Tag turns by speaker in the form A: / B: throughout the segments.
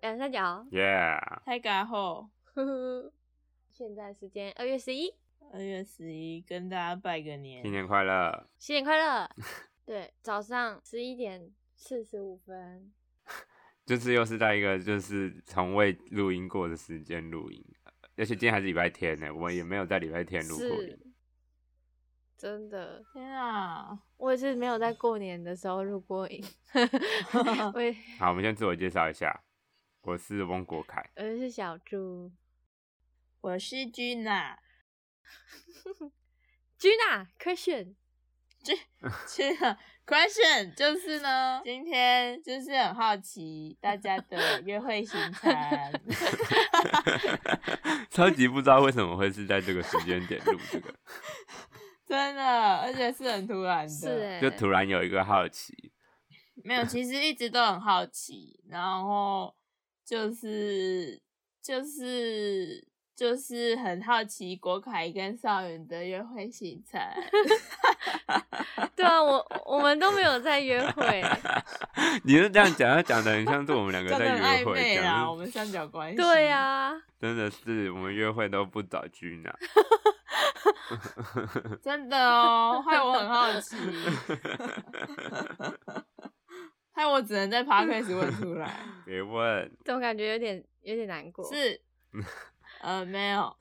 A: 哎三角，
B: ，Yeah，
C: 太嘎后，
A: 呵呵。现在时间二月十一，
C: 二月十一跟大家拜个年，
B: 新年快乐！
A: 新年快 乐！对，早上十一点四十五分，
B: 这次又是在一个就是从未录音过的时间录音，而且今天还是礼拜天呢，我也没有在礼拜天录过音
A: 是，真的，
C: 天啊，
A: 我也是没有在过年的时候录过 影， 我也
B: 好，我们先自我介绍一下，我是翁国凯，
A: 我是小猪
C: 我是君娜，
A: ，Gina Cushion，
C: 君娜 question 就是呢，今天就是很好奇大家的 约会行程，
B: 超级不知道为什么会是在这个时间点录这 个，
C: 真的，而且是很突然的，
A: 是哎、
B: 就突然有一个好奇，
C: 没有，其实一直都很好奇，然后就是就是就是很好奇国凯跟少云的约会 行程。
A: 对啊，我我们都没有在约 会，
B: 你是这样讲，要讲的很像是我们两个
C: 真的
B: 在
C: 很
B: 约会
C: 暧
B: 这
C: 昧啦，
B: 样，
C: 我们三角关系。
A: 对啊，
B: 真的是我们约会都不找居呢。
C: 真的哦，害我很好奇，害我只能在 podcast 问出来。
B: 别问，
A: 总感觉有点有点难过，
C: 是，呃，没有，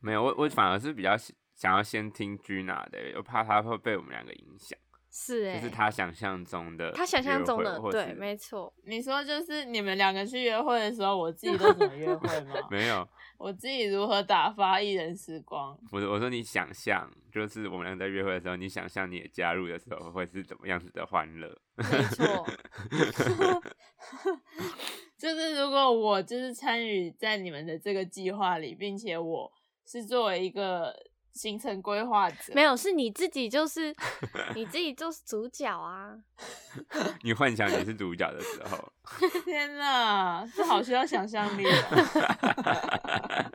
B: 没有我我反而是比较想想要先听 Gina 的，我怕她会被我们两个影响，
A: 是哎、
B: 就是她想象中的约会，
A: 他想象中的
B: 或
A: 对，
B: 是
A: 没 错，
C: 你说就是你们两个去约会的时候，我自己都怎么约会吗？
B: 没有，
C: 我自己如何打发一人时光？
B: 我我说你想象，就是我们俩在约会的时候，你想象你也加入的时候会是怎么样子的欢乐？
A: 没错，
C: 就是如果我就是参与在你们的这个计划里，并且我是作为一个行程规划者，
A: 没有是你自己就是你自己就是主角啊，
B: 你幻想你是主角的时 候，
C: 天呐，这好需要想象力哦。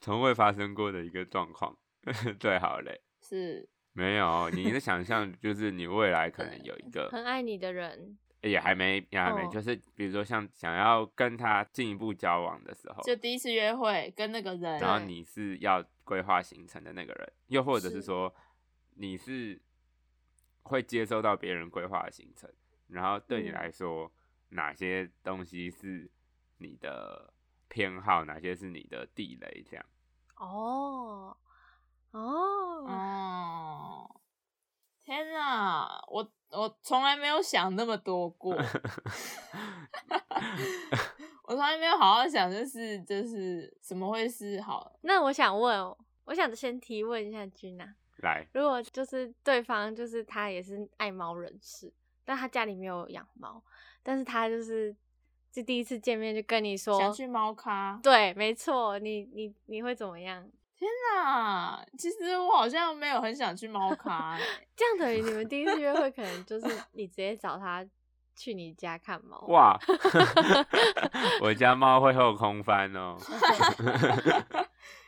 B: 从未发生过的一个状况， 最好嘞。
C: 是，
B: 没有，哦你的想 象就是你未来可能有一个，
A: 很爱你的人，
B: 也还没，也还没，
A: 哦
B: 就是比如说像想要跟他进一步交往的时候，
C: 就第一次约会跟那个人，
B: 然后
A: 对
B: 你是要规划行程的那个人，又或者是
C: 是
B: 说你是会接收到别人规划的行程，然后对你
C: 嗯
B: 来说、哪些东西是你的偏好，哪些是你的地雷，这样
A: 哦
C: 嗯
A: 哦，
C: 哦，天呐，我我从来没有想那么多过，我从来没有好好想，就是就是怎么会是好？
A: 那我想问，哦我想先提问一下君娜，
B: 来
A: 如果就是对方就是他也是爱猫人士，但他家里没有养猫，但是他就是就第一次见面就跟你说，
C: 想去猫咖？
A: 对，没错，你你你会怎么样？
C: 天呐，其实我好像没有很想去猫咖欸、
A: 这样等于你们第一次约会，可能就是你直接找他去你家看猫。
B: 哇， 我家猫会后空翻哦，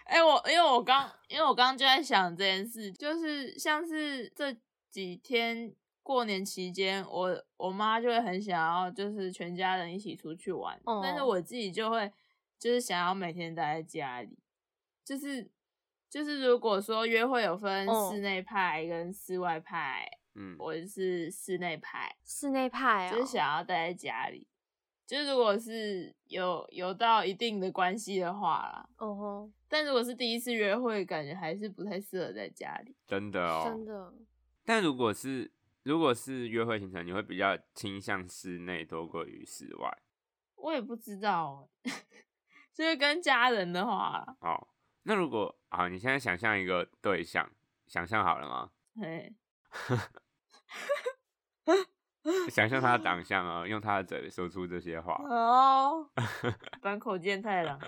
C: 哎、我因为我刚因为我刚刚就在想这件事，就是像是这几天过年期间，我我妈就会很想要，就是全家人一起出去玩，
A: 哦
C: 但是我自己就会就是想要每天待在家里，就是就是如果说约会有分
A: 哦
C: 室内派跟室外派，
B: 嗯，
C: 我是室内派，
A: 室内派啊、
C: 就是想要待在家里。就是如果是有有到一定的关系的话啦，
A: 哦吼，
C: 但如果是第一次约会，感觉还是不太适合在家里。
B: 真的哦，
A: 真 的
B: 但如果是如果是约会行程，你会比较倾向室内多过于室外
C: 我也不知道欸， 就是跟家人的话，
B: 哦。那如果啊，你现在想象一个对象，想象好了吗？
C: 嘿，
B: 想象他的长相哦，用他的嘴说出这些话。
C: 哦，坂口健太郎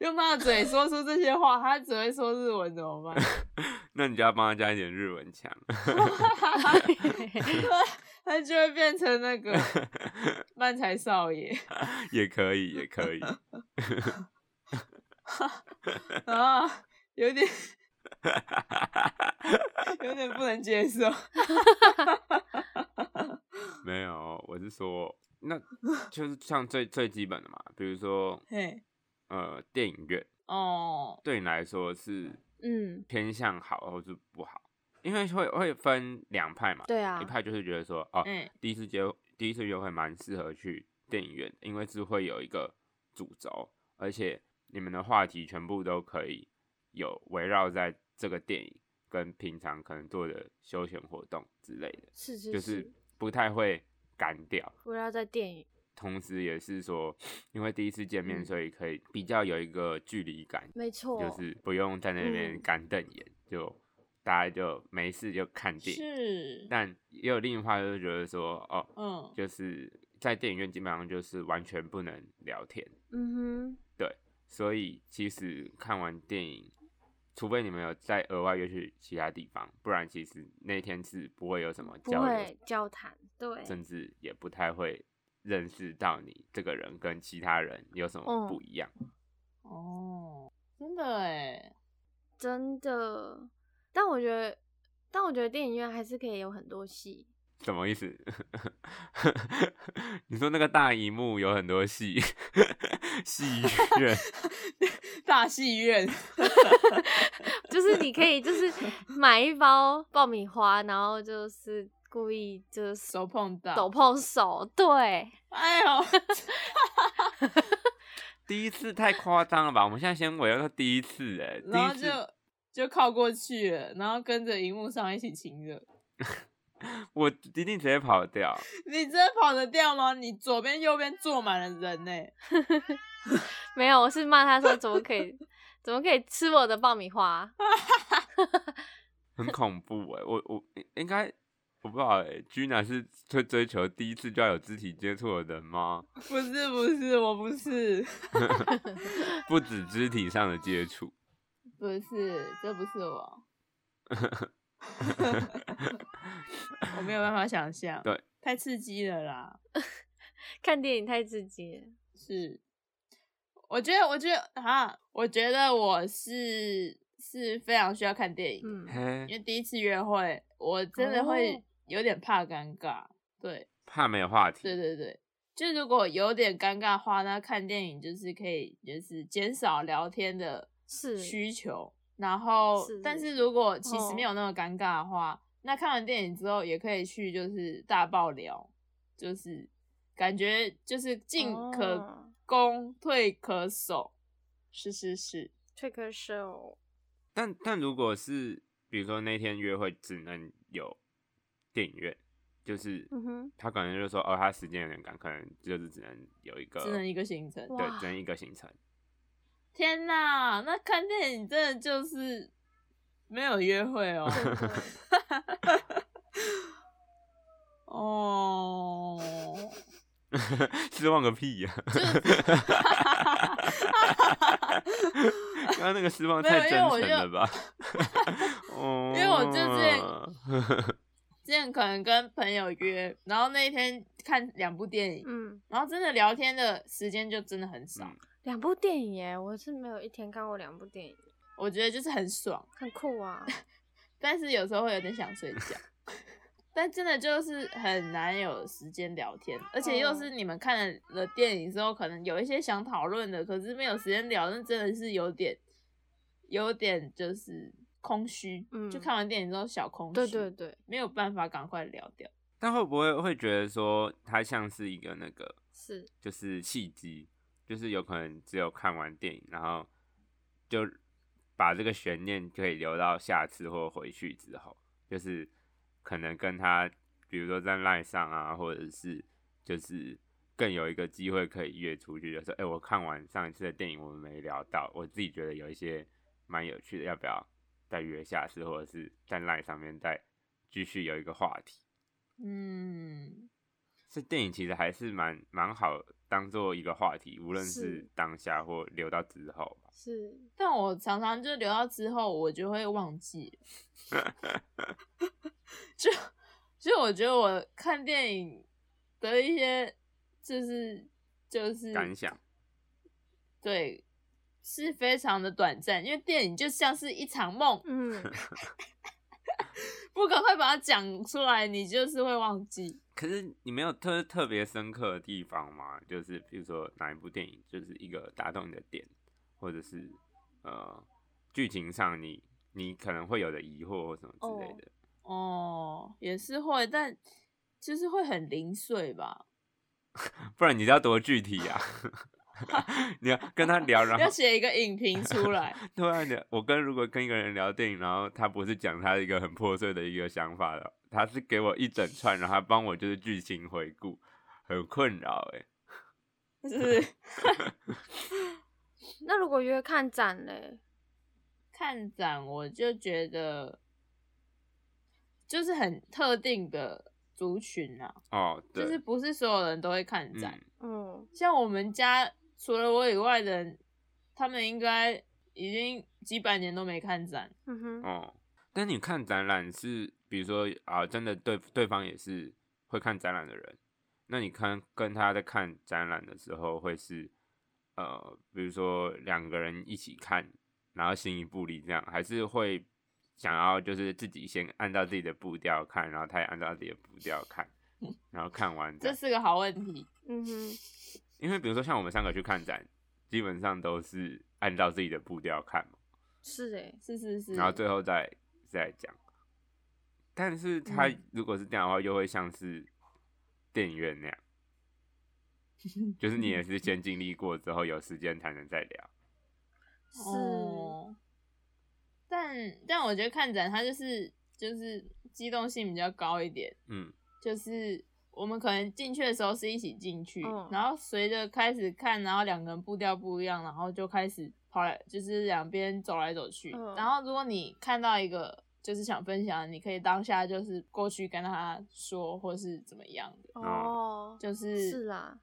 C: 用他的嘴说出这些话，他只会说日文怎么办？
B: 那你就要帮他加一点日文腔，
C: 他就会变成那个漫才少爷。
B: 也可以，也可以。
C: 啊，有点有点不能接受。
B: 没有，我是说，那就是像最最基本的嘛，比如说
C: 嘿，
B: 呃，电影院
C: 哦，
B: 对你来说是
A: 嗯，
B: 偏向好或是不好，因为会会分两派嘛，
A: 对啊
B: 一，派就是觉得说，哦，
C: 嗯，
B: 第一次接第一次约会蛮适合去电影院，因为是会有一个主轴，而且你们的话题全部都可以有围绕在这个电影跟平常可能做的休闲活动之类的，
A: 是是
B: 就是不太会干掉。
A: 围绕在电影，
B: 同时也是说，因为第一次见面，
A: 嗯
B: 所以可以比较有一个距离感，
A: 没错，
B: 就是不用在那边
A: 嗯
B: 干瞪眼，就大家就没事就看电影。
C: 是，
B: 但也有另一派就是觉得说，哦，
C: 嗯，
B: 就是在电影院基本上就是完全不能聊天，
A: 嗯哼，
B: 所以其实看完电影，除非你们有再额外约去其他地方，不然其实那天是不会有什么
A: 不
B: 交流
A: 会，交谈，对，
B: 甚至也不太会认识到你这个人跟其他人有什么
A: 嗯
B: 不一样。
C: 哦，真的哎，
A: 真的。但我觉得，但我觉得电影院还是可以有很多戏，
B: 什么意思？ 你说那个大荧幕有很多戏，戏院
C: 大戏院，
A: 就是你可以就是 买一包爆米花，然后就是故意就是
C: 手碰
A: 手
C: 到，
A: 碰手，对，
C: 哎呦，
B: 第一次太夸张了吧？我们现在先围绕到第一次、欸，
C: 然后
B: 第一次
C: 就就靠过去了，然后跟着荧幕上一起亲热。
B: 我一定直接跑掉。
C: 你真的跑得掉吗？你左边右边坐满了人呢、
A: 没有，我是骂他说怎么可以怎么可以吃我的爆米花，
B: 很恐怖哎、我我应该我不知道哎、居然是会追求第一次就要有肢体接触的人吗？
C: 不是不是，我不是，
B: 不止肢体上的接触，
C: 不是，这不是我， 我没有办法想象，
B: 对，
C: 太刺激了啦。
A: 看电影太刺激了。
C: 是，我觉得，我觉得啊，我觉得我是是非常需要看电影的，
A: 嗯，
B: 嘿
C: 因，为第一次约会，我真的会
A: 哦
C: 有点怕尴尬。对，
B: 怕没有话
C: 对
B: 题，
C: 对对，就如果有点尴尬的话，那看电影就是可以，就是减少聊天的
A: 是
C: 需求。然后，
A: 是
C: 但是如果其实
A: 哦
C: 没有那么尴尬的话，那看完电影之后也可以去就是大爆聊，就是感觉就是进可
A: 哦
C: 攻、退可守。是是是，
A: 退可手，
B: 但但如果是比如说那天约会只能有电影院，就是
A: 嗯哼
B: 他可能就说哦，他时间有点赶，可能就是只能有一个
C: 只能一个行程。
B: 对
A: 哇，
B: 只能一个行程。
C: 天呐，那看电影真的就是没有约会哦。
A: 真的
C: 哦，
B: 失望个屁呀、 刚刚那个失望
C: 没有
B: 太真
C: 因为我
B: 诚了 吧？哦，
C: 因为我 就 之前可能跟朋友约，然后那一天看两部电影，
A: 嗯，
C: 然后真的聊天的时间就真的很少，
B: 嗯
A: 两部电影耶，我是没有一天看过两部电影，
C: 我觉得就是很爽，
A: 很酷啊。
C: 但是有时候会有点想睡觉。 但真的就是很难有时间聊天，而且又
A: 嗯
C: 是你们看了电影之后，可能有一些想讨论的，可是没有时间聊，那真的是有点，有点就是空虚。
A: 嗯
C: 就看完电影之后小空 虚，
A: 对对，对，
C: 没有办法赶快聊掉。
B: 但会不会会觉得说它像是一个那个
A: 是
B: 就是契机，就是有可能只有看完电影，然后就把这个悬念可以留到下次或回去之后，就是可能跟他比如说在 line 上啊，或者是就是更有一个机会可以约出去，就说哎、诶我看完上一次的电影，我们没聊到，我自己觉得有一些蛮有趣的，要不要再约下次，或者是在 line 上面再继续有一个话题。
C: 嗯，
B: 这电影其实还是蛮蛮好当做一个话题，无论是
A: 是
B: 当下或留到之后吧。
A: 是，
C: 但我常常就留到之后，我就会忘记。 就就我觉得我看电影的一些就是就是
B: 感想，
C: 对是非常的短暂，因为电影就像是一场梦，
A: 嗯，
C: 不赶快把它讲出来，你就是会忘记。
B: 可是你没有特特别深刻的地方吗？就是比如说哪一部电影，就是一个打动你的点，或者是呃剧情上你你可能会有的疑惑或什么之类的。
C: 哦，也是会，但就是会很零碎吧。哦
B: 不然你要多具体啊！ 你要跟他聊，然后
C: 要写一个影评 出来，
B: 对啊，你我跟如果跟一个人聊电影，然后他不是讲他一个很破碎的一个想法的，他是给我一整串，然后他帮我就是剧情回顾，很困扰哎、
C: 就是
A: 那如果约看展嘞，
C: 看展，我就觉得就是很特定的族群啊，
B: 哦，对，
C: 就是不是所有人都会看展。
B: 嗯，
A: 嗯，
C: 像我们家除了我以外的人，他们应该已经几百年都没看展。
A: 嗯哼，
B: 哦，但你看展览是，比如说啊，真的对对方也是会看展览的人，那你看跟他在看展览的时候，会是呃，比如说两个人一起看，然后形影不离这样，还是会想要就是自己先按照自己的步调看，然后他也按照自己的步调 看，然后看完这
C: 这
B: 样，
C: 是个好问题。
A: 嗯哼，
B: 因为比如说像我们三个去看展，基本上都是按照自己的步调看嘛。
A: 是哎、
C: 是是是，
B: 然后最后再再讲。但是他
C: 嗯
B: 如果是这样的话，又会像是电影院那样，就是你也是先经历过之后，有时间才能再聊。
A: 是，
C: 哦，但但我觉得看展它就是就是机动性比较高一点，
B: 嗯，
C: 就是我们可能进去的时候是一起进去，
A: 嗯
C: 然后随着开始看，然后两个人步调不一样，然后就开始跑来，就是两边走来走去。
A: 嗯
C: 然后如果你看到一个就是想分享的，你可以当下就是过去跟他说，或是怎么样的，
A: 哦，
C: 就是
A: 是啦，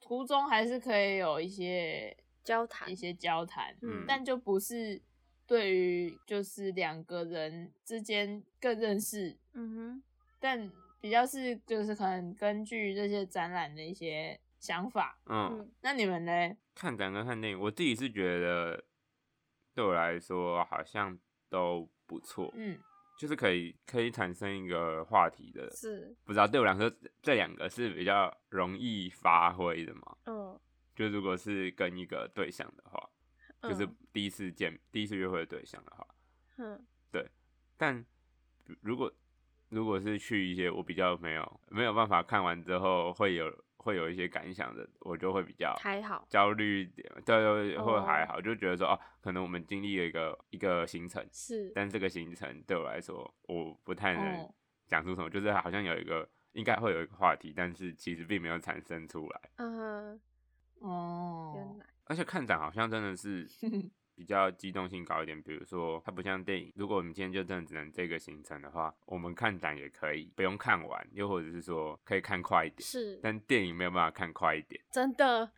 C: 途中还是可以有一些
A: 交谈
C: 一，些交谈，
A: 啊嗯
C: 但就不是对于就是两个人之间更认识，
A: 嗯
C: 但比较是就是可能根据这些展览的一些想法。
A: 哼，
B: 嗯，
A: 嗯
C: 那你们呢？
B: 看展跟看电影，我自己是觉得对我来说好像都不错，
C: 嗯，
B: 就是可以可以产生一个话题的。
A: 是，
B: 不知道对我来说，这两个是比较容易发挥的嘛？
A: 嗯，
B: 就如果是跟一个对象的话，就是
A: 嗯
B: 第一次见、第一次约会的对象的话，
A: 嗯
B: 但如果如果是去一些我比较没有没有办法看完之后会有会有一些感想的，我就会比较
A: 还好，
B: 焦虑一点，对对，
A: 哦
B: 会还好，就觉得说哦，可能我们经历了一个一个行程，
A: 是，
B: 但这个行程对我来说我不太能
C: 哦
B: 讲出什么，就是好像有一个应该会有一个话题，但是其实并没有产生出来。
A: 嗯哼，原
C: 哦，
A: 来，
B: 而且看展好像真的是比较机动性高一点，比如说它不像电影，如果我们今天就真的只能这个行程的话，我们看展也可以不用看完，又或者是说可以看快一点，
A: 是，
B: 但电影没有办法看快一点，
A: 真的，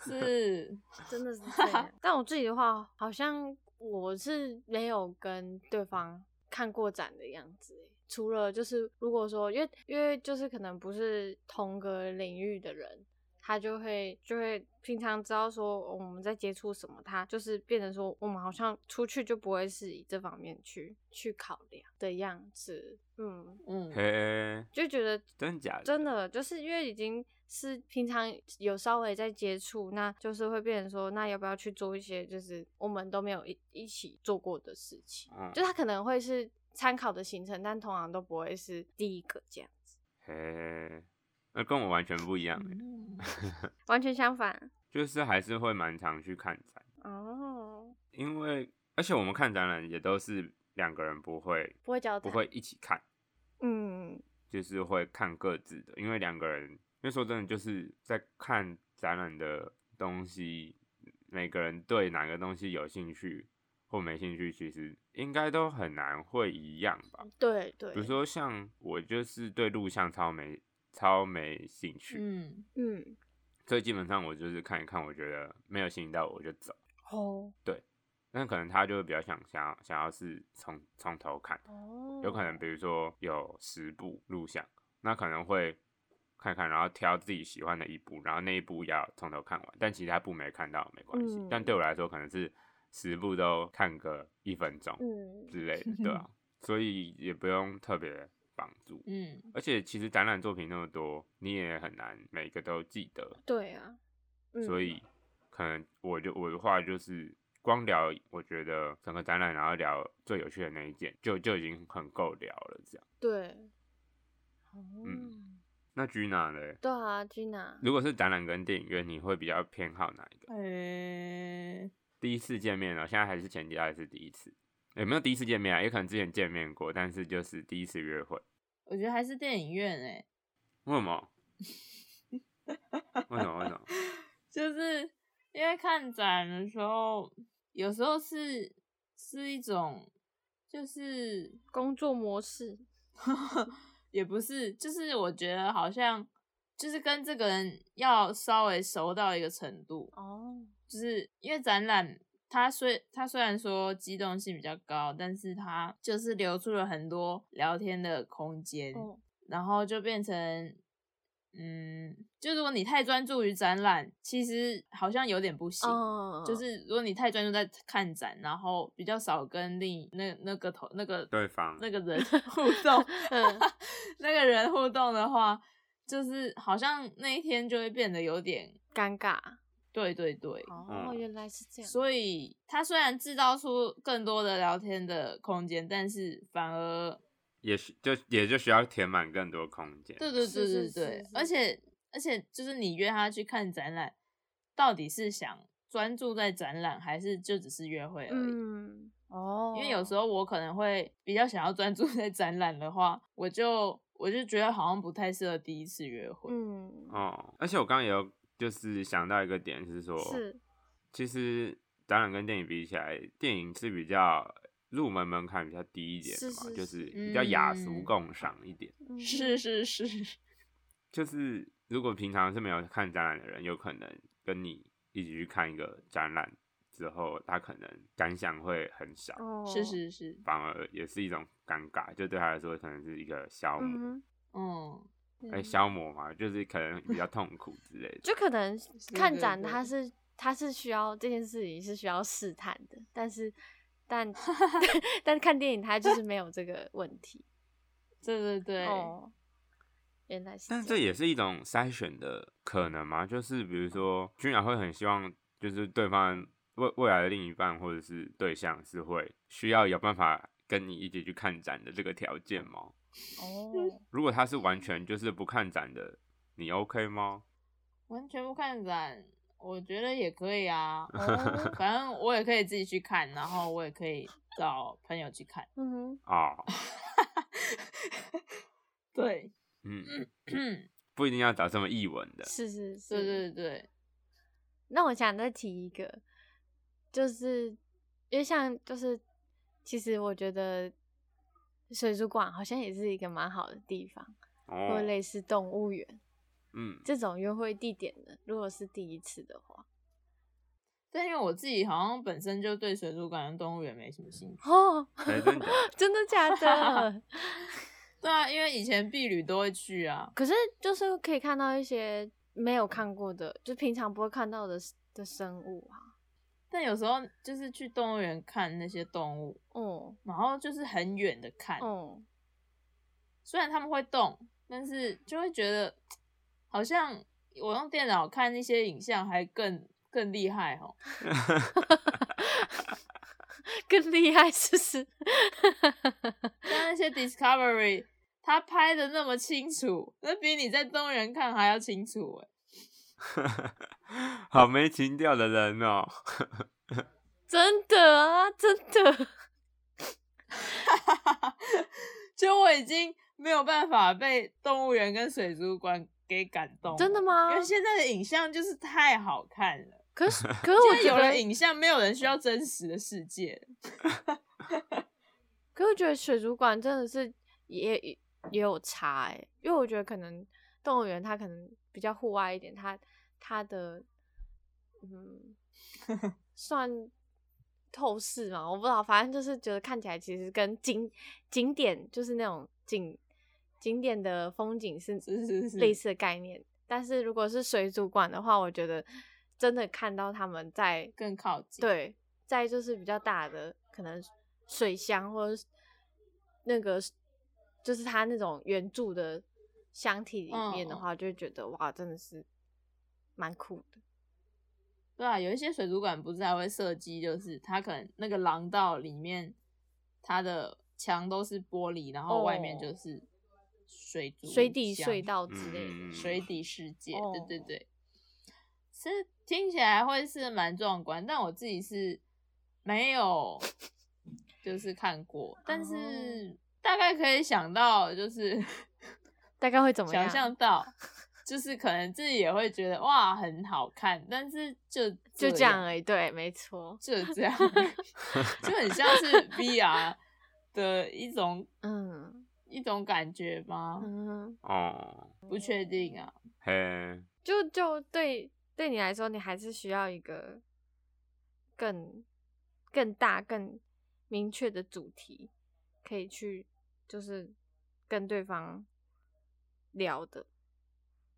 C: 是，
A: 真的是这样。但我自己的话，好像我是没有跟对方看过展的样子欸，除了就是如果说，因为因为就是可能不是同个领域的人，他就会就会平常知道说哦我们在接触什么，他就是变成说我们好像出去就不会是以这方面去去考量的样子，嗯，
C: 嗯，
B: 嘿，
A: 就觉得
B: 真假的？
A: 真的就是因为已经是平常有稍微在接触，那就是会变成说，那要不要去做一些就是我们都没有一一起做过的事情？
B: 嗯，
A: 就他可能会是参考的行程，但通常都不会是第一个这样子，
B: 嘿，那跟我完全不一样欸，
C: 嗯
A: 完全相反
B: 就是还是会蛮常去看展，
A: 哦，
B: 因为而且我们看展览也都是两个人不会
A: 不会交
B: 不
A: 谈，
B: 会，一起看。
A: 嗯，
B: 就是会看各自的，因为两个人，因为说真的，就是在看展览的东西，每个人对哪个东西有兴趣或没兴趣，其实应该都很难会一样吧。
A: 对嗯对，
B: 比如，说像我就是对录像超没超没兴趣，
C: 嗯，
A: 嗯，
B: 所以基本上我就是看一看，我觉得没有吸引到我就走。
A: 哦
B: 那可能他就会比较想想要想要是从从头看，
A: 哦，
B: 有可能，比如说有十部录像，那可能会看看，然后挑自己喜欢的一部，然后那一部要从头看完，但其他部没看到没关系。
A: 嗯
B: 但对我来说，可能是十部都看个一分钟
A: 嗯，
B: 之类的， 对吧、所以也不用特别绑住。
C: 嗯，
B: 而且其实展览作品那么多，你也很难每个都记得，
A: 对啊，嗯、
B: 所以可能我就我的话就是光聊，我觉得整个展览然后聊最有趣的那一件，就就已经很够聊了。这样，
A: 对，哦、
B: 嗯那 Gina 呢？
A: 对啊，Gina，
B: 如果是展览跟电影院，你会比较偏好哪一个？
C: 诶、
B: 第一次见面哦，现在还是前提还是第一次，有没有第一次见面啊？也可能之前见面过，但是就是第一次约会。
C: 我觉得还是电影院欸诶、
B: 为什么？为什么？为 什么？
C: 就是因为看展的时候，有时候是是一种，就是
A: 工作模式，
C: 也不是，就是我觉得好像就是跟这个人要稍微熟到一个程度，
A: 哦，
C: 就是因为展览，它虽它虽然说机动性比较高，但是它就是留出了很多聊天的空间，
A: 哦，
C: 然后就变成。嗯，就如果你太专注于展览，其实好像有点不行。
A: 嗯
C: 就是如果你太专注在看展，然后比较少跟另那那个头那个
B: 对方
C: 那个人互动，
A: 嗯
C: 那个人互动的话，就是好像那一天就会变得有点
A: 尴尬，
C: 对对对。
A: 哦，
B: 嗯
A: 原来是这样，
C: 所以他虽然制造出更多的聊天的空间，但是反而
B: 也需就也就需要填满更多空间。
C: 对对对
A: 是
C: 对
A: 是
C: 对，
A: 是
C: 而且而且就是你约他去看展览，到底是想专注在展览，还是就只是约会而已？
A: 嗯，哦，
C: 因为有时候我可能会比较想要专注在展览的话，我就我就觉得好像不太适合第一次约会。
A: 嗯，
B: 哦，而且我刚刚也有就是想到一个点是说，
A: 嗯是
B: 其实展览跟电影比起来，电影是比较入门门槛比较低一点的嘛，
A: 是是
B: 就是
A: 是
B: 比较雅俗
C: 嗯
B: 共赏一点。
A: 嗯
C: 是是是，
B: 就是如果平常是没有看展览的人，有可能跟你一起去看一个展览之后，他可能感想会很少，
A: 哦，
C: 是，是是，
B: 反而也是一种尴尬，就对他来说可能是一个消
A: 嗯
B: 磨，
A: 哼，
C: 嗯，
A: 嗯
B: 哎、消磨嘛，就是可能比较痛苦之类的。
A: 就可能
C: 对
A: 看
C: 对
A: 展，
C: 对
A: 它是它是需要这件事情是需要试探的，但是但但看电影它就是没有这个问题。
C: 对对对，
A: 哦，原来是
B: 但
A: 这
B: 这
A: 样。
B: 也是一种筛选的可能嘛，就是比如说，君雅会很希望，就是对方未未来的另一半或者是对象是会需要有办法跟你一起去看展的这个条件吗？
A: 哦，
B: 如果他是完全就是不看展的，你 OK 吗？
C: 完全不看展，我觉得也可以啊。
A: 哦
C: 反正我也可以自己去看，然后我也可以找朋友去看。
A: 嗯哼，
B: 啊、
C: 对，
B: 嗯，
C: 对
B: 不一定要找这么译文的，
A: 是是是，
C: 对对，
A: 那我想再提一个，就是因为像就是，其实我觉得水族馆好像也是一个蛮好的地方，或
B: 哦，
A: 类似动物园
B: 嗯，
A: 这种约会地点呢，如果是第一次的话，
C: 但因为我自己好像本身就对水族馆跟动物园没什么兴趣。
A: 哦，
B: 哎、真的假 的
A: 真的假的？
C: 对啊，因为以前婢女都会去啊。
A: 可是就是可以看到一些没有看过的，就平常不会看到的的生物啊，
C: 但有时候就是去动物园看那些动物，
A: 哦、
C: 然后就是很远的看，
A: 哦、
C: 虽然他们会动，但是就会觉得好像我用电脑看那些影像还更更厉害哦。
A: 更厉害是不是？
C: 但那些 Discovery 他拍的那么清楚，那比你在动物园看还要清楚哎。
B: 好没情调的人哦，
A: 真的啊，真的。
C: 就我已经没有办法被动物园跟水族馆给感动了，
A: 真的吗
C: 因为现在的影像就是太好看了。
A: 可 是，可是我
C: 现在
A: 觉
C: 有了
A: 得，
C: 影像，没有人需要真实的世界。
A: 可是我觉得水族馆真的是也也也有差哎、因为我觉得可能动物园它可能比较户外一点，它它的嗯算透视嘛，我不知道，反正就是觉得看起来其实跟景景点就是那种景景点的风景是
C: 是是是
A: 类似的概念，但是如果是水族馆的话，我觉得真的看到他们在
C: 更靠近。，
A: 对在就是比较大的可能水箱或者是那个就是它那种原著的箱体里面的
C: 嗯
A: 话，就会觉得哇，真的是蛮酷的。
C: 对啊，有一些水族馆不是还会设计，就是它可能那个廊道里面，它的墙都是玻璃，然后外面
A: 哦
C: 就是水族
A: 水底
C: 箱
A: 隧、道之类的，
B: 嗯
C: 水底世界。
A: 哦
C: 对对对，是听起来会是蛮壮观，但我自己是没有，就是看过，
A: 哦
C: 但是大概可以想到就是
A: 大概会怎么样？
C: 想象到，就是可能自己也会觉得哇很好看，但是就
A: 就
C: 这
A: 这样而已，对，没错，
C: 就这 样，就很像是 VR 的一种
A: 嗯
C: 一种感觉吗？
A: 嗯，
B: 哦，
C: 不确定啊，
B: 嘿，
A: 就就对对你来说，你还是需要一个更更大、更明确的主题，可以去就是跟对方聊的。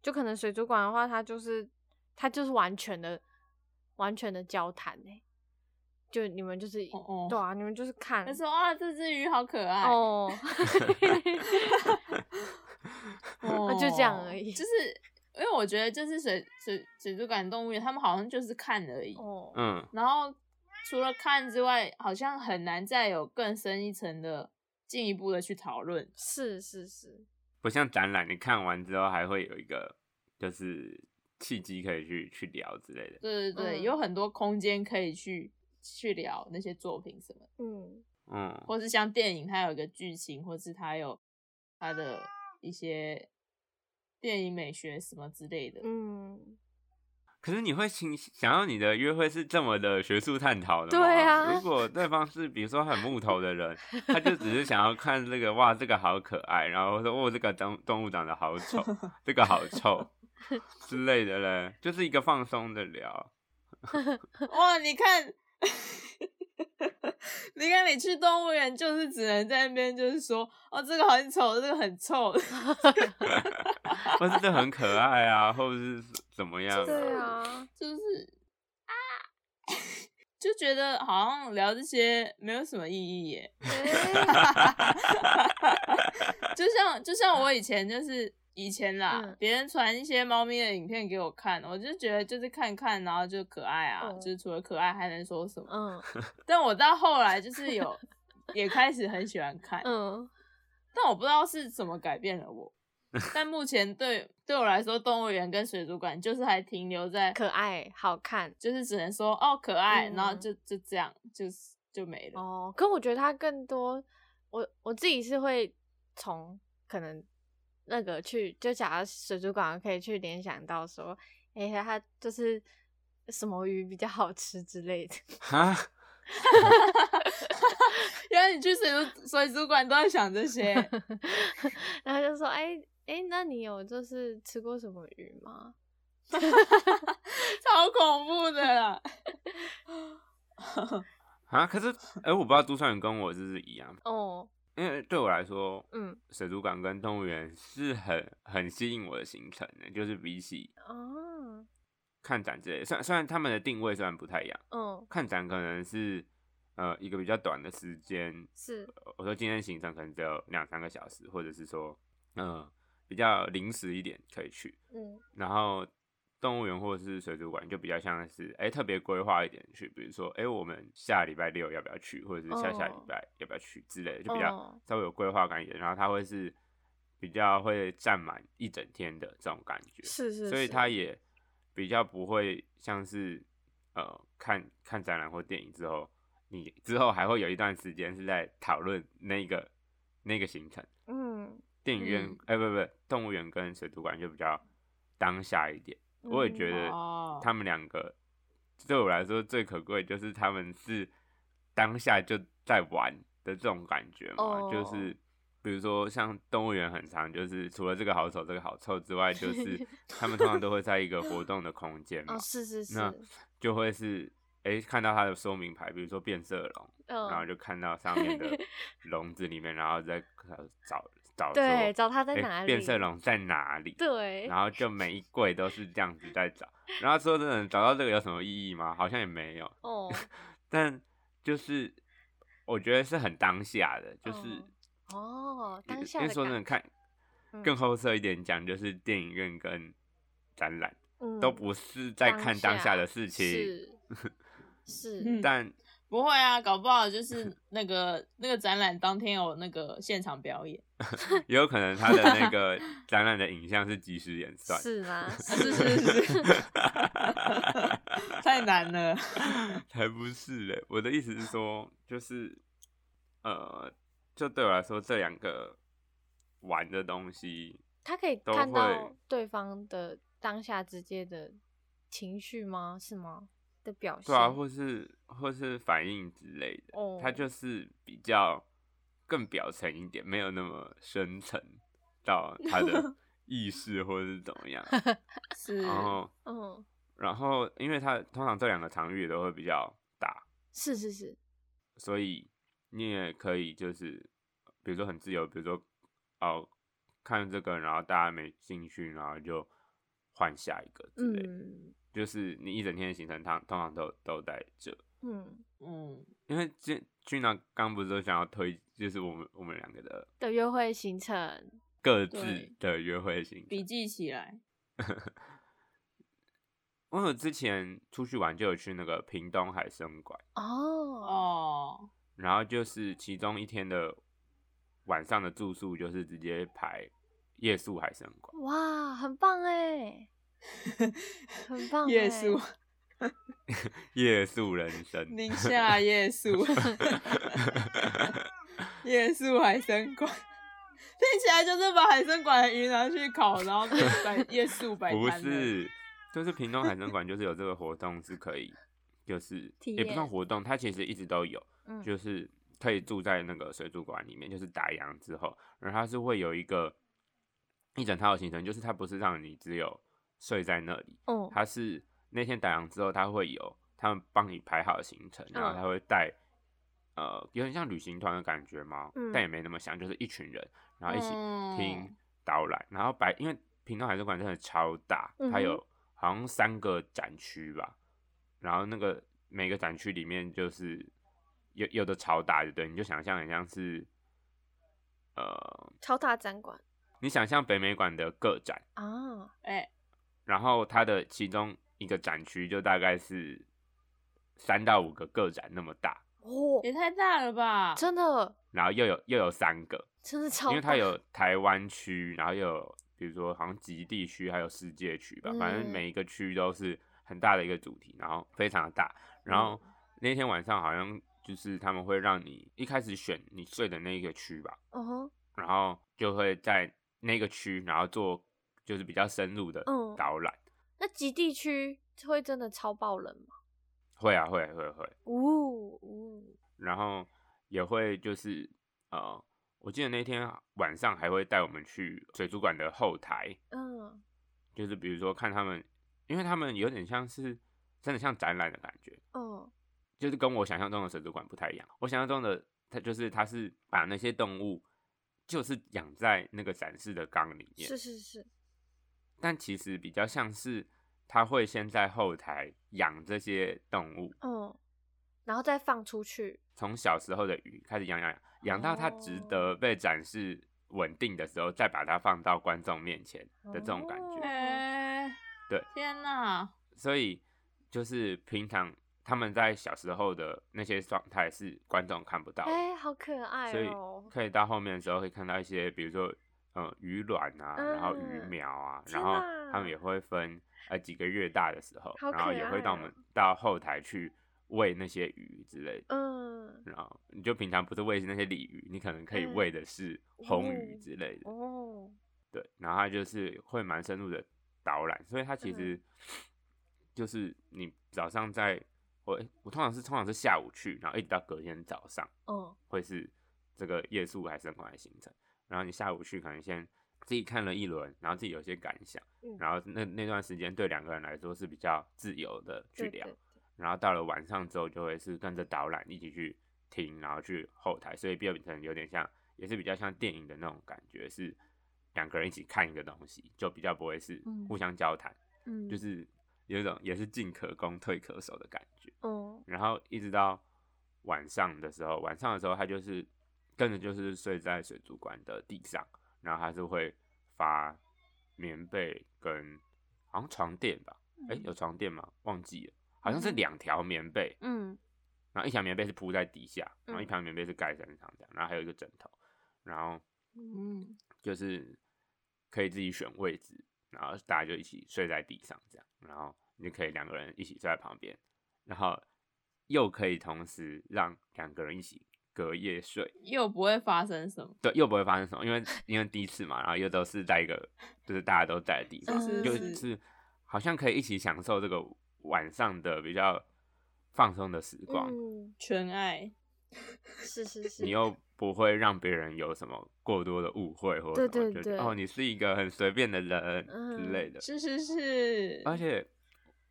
A: 就可能水族馆的话，它就是它就是完全的完全的交谈哎、就你们就是
C: 哦哦
A: 对啊，你们就是看
C: 他说哇，这只鱼好可爱哦，
A: 哦，啊 就这样而已
C: 哦就是因为我觉得就是水水水族馆动物园，他们好像就是看而已，
A: 哦，
B: 嗯，
C: 然后除了看之外，好像很难再有更深一层的进一步的去讨论。
A: 是是是，
B: 不像展览，你看完之后还会有一个就是契机可以去去聊之类的。
C: 对对对，
A: 嗯
C: 有很多空间可以去去聊那些作品什么的。
A: 嗯，
B: 嗯，
C: 或是像电影，它有一个剧情，或是它有它的一些电影美学什么之类的。
A: 嗯，
B: 可是你会想想要你的约会是这么的学术探讨的
A: 对
B: 吗？
A: 啊
B: 如果对方是比如说很木头的人，他就只是想要看这个哇，这个好可爱，然后说哦，这个动动物长得 好丑，这个好臭之类的嘞，就是一个放松的聊。
C: 哇，你看， 你看，你去动物园就是只能在那边就是说，哦，这个很丑，这个很臭，
B: 或是这很可爱啊，或者是怎么样、
A: 对，啊，
C: 就是啊，就觉得好像聊这些没有什么意义耶。啊
A: 哎
C: 就像就像我以前就是以前啦
A: 嗯，
C: 别、人传一些猫咪的影片给我看，我就觉得就是看看，然后就可爱啊，
A: 哦
C: 就是除了可爱还能说什 么？
A: 嗯
C: 但我到后来就是有也开始很喜欢看，
A: 嗯，
C: 但我不知道是怎么改变了我。但目前对对我来说，动物园跟水族馆就是还停留在，
A: 可爱好看
C: 就是只能说哦可爱，
A: 嗯
C: 然后就就这样，就是就没了。
A: 哦。可我觉得它更多，我我自己是会从可能那个去，就假如水族馆可以去联想到说，哎、它就是什么鱼比较好吃之类的。
B: 哈，
C: 原来你去水族水族馆都在想这 些，
A: 然后就说：“哎、哎、那你有就是吃过什么鱼吗
C: 超恐怖的啦！
B: 啊，可是哎、我不知道朱少远跟我是不是一样，？”
A: 哦，
B: 因为对我来说，
A: 嗯，
B: 水族馆跟动物园是很很吸引我的行程的，就是比起
A: 哦，
B: 看展之类的，虽然虽然他们的定位虽然不太一样，
A: 嗯，
B: 看展可能是呃一个比较短的时间，
A: 是，
B: 呃我说今天行程可能只有两三个小时，或者是说嗯、呃比较临时一点可以去，
A: 嗯
B: 然后动物园或者是水族馆就比较像是哎、特别规划一点去，比如说哎、我们下礼拜六要不要去，或者是下下礼
A: 哦
B: 拜要不要去之类的，就比较
A: 哦
B: 稍微有规划感一点，然后它会是比较会占满一整天的这种感觉，
A: 是是，
B: 所以
A: 是
B: 它也比较不会像是呃看看展览或电影之后，你之后还会有一段时间是在讨论那个那个行程。
A: 嗯，
B: 电影院
C: 嗯，
B: 哎、不不，动物园跟水族馆就比较当下一点。我也觉
A: 嗯
B: 得
C: 哦
B: 他们两个对我来说最可贵，就是他们是当下就在玩的这种感觉嘛。
A: 哦
B: 就是比如说像动物园，很长，就是除了这个好丑、这个好臭之 外，就是他们通常都会在一个活动的空间嘛
A: 哦，，是是是，
B: 那就会是哎、看到它的说明牌，比如说变色龙，然后
A: 嗯，
B: 就看到上 面的笼子里面，然后再找找
A: 对，
B: 说
A: 找他在
B: 诶
A: 哪里？
B: 变色龙在哪里？
A: 对，
B: 然后就每一柜都是这样子在找。然后说真的，找到这个有什么意义吗？好像也没有。
A: 哦，
B: 但就是我觉得是很当下的，就是
A: 哦，
B: 因
A: 当
B: 因
A: 下
B: 为
A: 的
B: 说真的
A: 感
B: 看
A: 嗯
B: 更后侧一点讲，就是电影院跟展览、
A: 嗯
B: 都不是在
A: 当
B: 看当下
A: 下
B: 的事情，
A: 是是
C: 嗯
B: 但
C: 不会啊，搞不好就是那个那个展览当天有那个现场表演，
B: 也有可能他的那个展览的影像是即时演 算。
A: 是啦，
C: 啊是是是， 太难了。
B: 才不是嘞！我的意思是说，就是呃，就对我来说，这两个玩的东西，
A: 他可以
B: 都
A: 看到
B: 会
A: 对方的当下直接的情绪吗？是吗？的表现？
B: 对啊，或是或是反应之类的，
A: 哦，
B: 它就是比较更表层一点，没有那么深层 到他的意识或者是怎么样。
C: 是，
B: 然后，
A: 嗯，
B: 然后，因为它通常这两个场域也都会比较大，
A: 是是是，
B: 所以你也可以就是，比如说很自由，比如说哦看这个，然后大家没兴趣，然后就换下一个之类的。
A: 嗯
B: 就是你一整天的行程，它通常都都在这。
A: 嗯
C: 嗯，
B: 因为这去那刚不是都想要推，就是我们我们两个的
A: 的约会行程，
B: 各自
C: 对
B: 的约会行
C: 笔
B: 程。
C: 记起来。
B: 我有之前出去玩就有去那个屏东海参馆，
A: 哦，
C: 哦，
B: 然后就是其中一天的晚上的住宿就是直接排夜宿海参馆。
A: 哇，很棒哎，很棒欸，
C: 夜宿，
B: 夜宿人生，
C: 宁夏夜宿， 夜宿海参馆， 听起来就是把海参馆的鱼拿去烤，然后变摆夜宿摆
B: 不
C: 摊。，
B: 是，就是屏东海参馆就是有这个活动是可以，就是
A: 体
B: 也不算
A: 验
B: 活动，它其实一直都有，
A: 嗯，
B: 就是可以住在那个水族馆里面，就是打烊之后，然后它是会有一个一整套的行程，就是它不是让你只有睡在那里，
A: 嗯
B: 它是那天打烊之后，它会有他们帮你排好行程，然后
A: 嗯
B: 他会带。呃，有点像旅行团的感觉嘛，
A: 嗯
B: 但也没那么像，就是一群人，然后一起听
C: 嗯
B: 导览，然后白因为屏东海参馆真的超大，
A: 嗯
B: 它
A: 哼
B: 有好像三个展区吧，然后那个每个展区里面就是有有的超大，就对，你就想象很像是呃，
A: 超大展馆
B: 你想象北美馆的个展，
A: 啊，
C: 哎、
B: 然后它的其中一个展区就大概是三到五个个展那么大，
A: 哦，
C: 也太大了吧！
A: 真的
B: 然后又有又有三个，
A: 真的超
B: 因
A: 大，
B: 为它有台湾区，然后又有比如说好像极地区，还有世界区吧，反正
A: 嗯
B: 每一个区都是很大的一个主题，然后非常的大。然后
A: 嗯
B: 那天晚上好像就是他们会让你一开始选你睡的那个区吧，
A: 嗯哼，
B: 然后就会在那个区，然后做就是比较深入的
A: 嗯
B: 导览。
A: 那极地区会真的超爆冷吗？
B: 会啊，会会会。
A: 呜呜，
B: 然后也会就是呃，我记得那天晚上还会带我们去水族馆的后台，
A: 嗯
B: 就是比如说看他们，因为他们有点像是真的像展览的感觉，
A: 嗯
B: 就是跟我想象中的水族馆不太一样。我想象中的它就是它是把那些动物就是养在那个展示的缸里面
A: 是，是是，
B: 但其实比较像是它会先在后台养这些动物，
A: 嗯，然后再放出去，
B: 从小时候的鱼开始养养养，养到它值
A: 哦
B: 得被展示稳定的时候，再把它放到观众面前的这种感觉。
A: 哦
C: 哎、
B: 对，
C: 天哪！
B: 所以就是平常他们在小时候的那些状态是观众看不到的，
A: 哎、好可爱
B: 所
A: 哦
B: 以、可以到后面的时候会看到一些，比如说呃鱼卵啊，然后鱼
A: 嗯
B: 苗啊，
A: 天
B: 然后
A: 哪
B: 他们也会分呃几个月大的时候，
A: 好
B: 然后
A: 可
B: 也会到我
A: 爱哦
B: 们到后台去喂那些鱼之类的。
A: 嗯，
B: 然后你就平常不是喂那些鲤鱼，你可能可以
A: 嗯
B: 喂的是红鱼
A: 哦
B: 之类的，
A: 哦，
B: 对，然后它就是会蛮深入的导览，所以它其
A: 嗯
B: 实就是你早上在我、诶我通常是通常是下午去，然后一直到隔天早上
A: 嗯
B: 会是这个夜宿还是很快的行程，然后你下午去可能先自己看了一轮，然后自己有一些感想，
A: 嗯
B: 然后那那段时间对两个人来说是比较自由的啊去
A: 对
B: 聊，
A: 对
B: 然后到了晚上之后就会是跟着导览一起去听，然后去后台，所以变成有点像，也是比较像电影的那种感觉，是两个人一起看一个东西，就比较不会是
A: 嗯
B: 互相交谈，
A: 嗯，
B: 就是有一种也是进可攻退可守的感觉。
A: 嗯，
B: 然后一直到晚上的时候，晚上的时候他就是跟着就是睡在水族馆的地上，然后他是会发棉被跟好像床垫吧，哎、有床垫吗？忘记了，好像是
C: 嗯
B: 两条棉被，
A: 嗯
B: 然后一条棉被是铺在底下，然后一
A: 嗯
B: 条棉被是盖身上这样，然后还有一个枕头，然后
C: 嗯，
B: 就是可以自己选位置，然后大家就一起睡在地上这样，然后你就可以两个人一起睡在旁边，然后又可以同时让两个人一起隔夜睡，
C: 又不会发生什么，
B: 对，又不会发生什么，因为因为第一次嘛，然后又都是在一个就是大家都在的地方，
A: 是
B: 嗯就是是好像可以一起享受这个晚上的比较放松的时光，
A: 嗯，
C: 纯爱，
A: 是是是，
B: 你又不会让别人有什么过多的误会或者什
A: 对
B: 么，
A: 对
B: 就觉得
A: 对嗯
B: 哦，你是一个很随便的人之类的。
C: 是是是，
B: 而且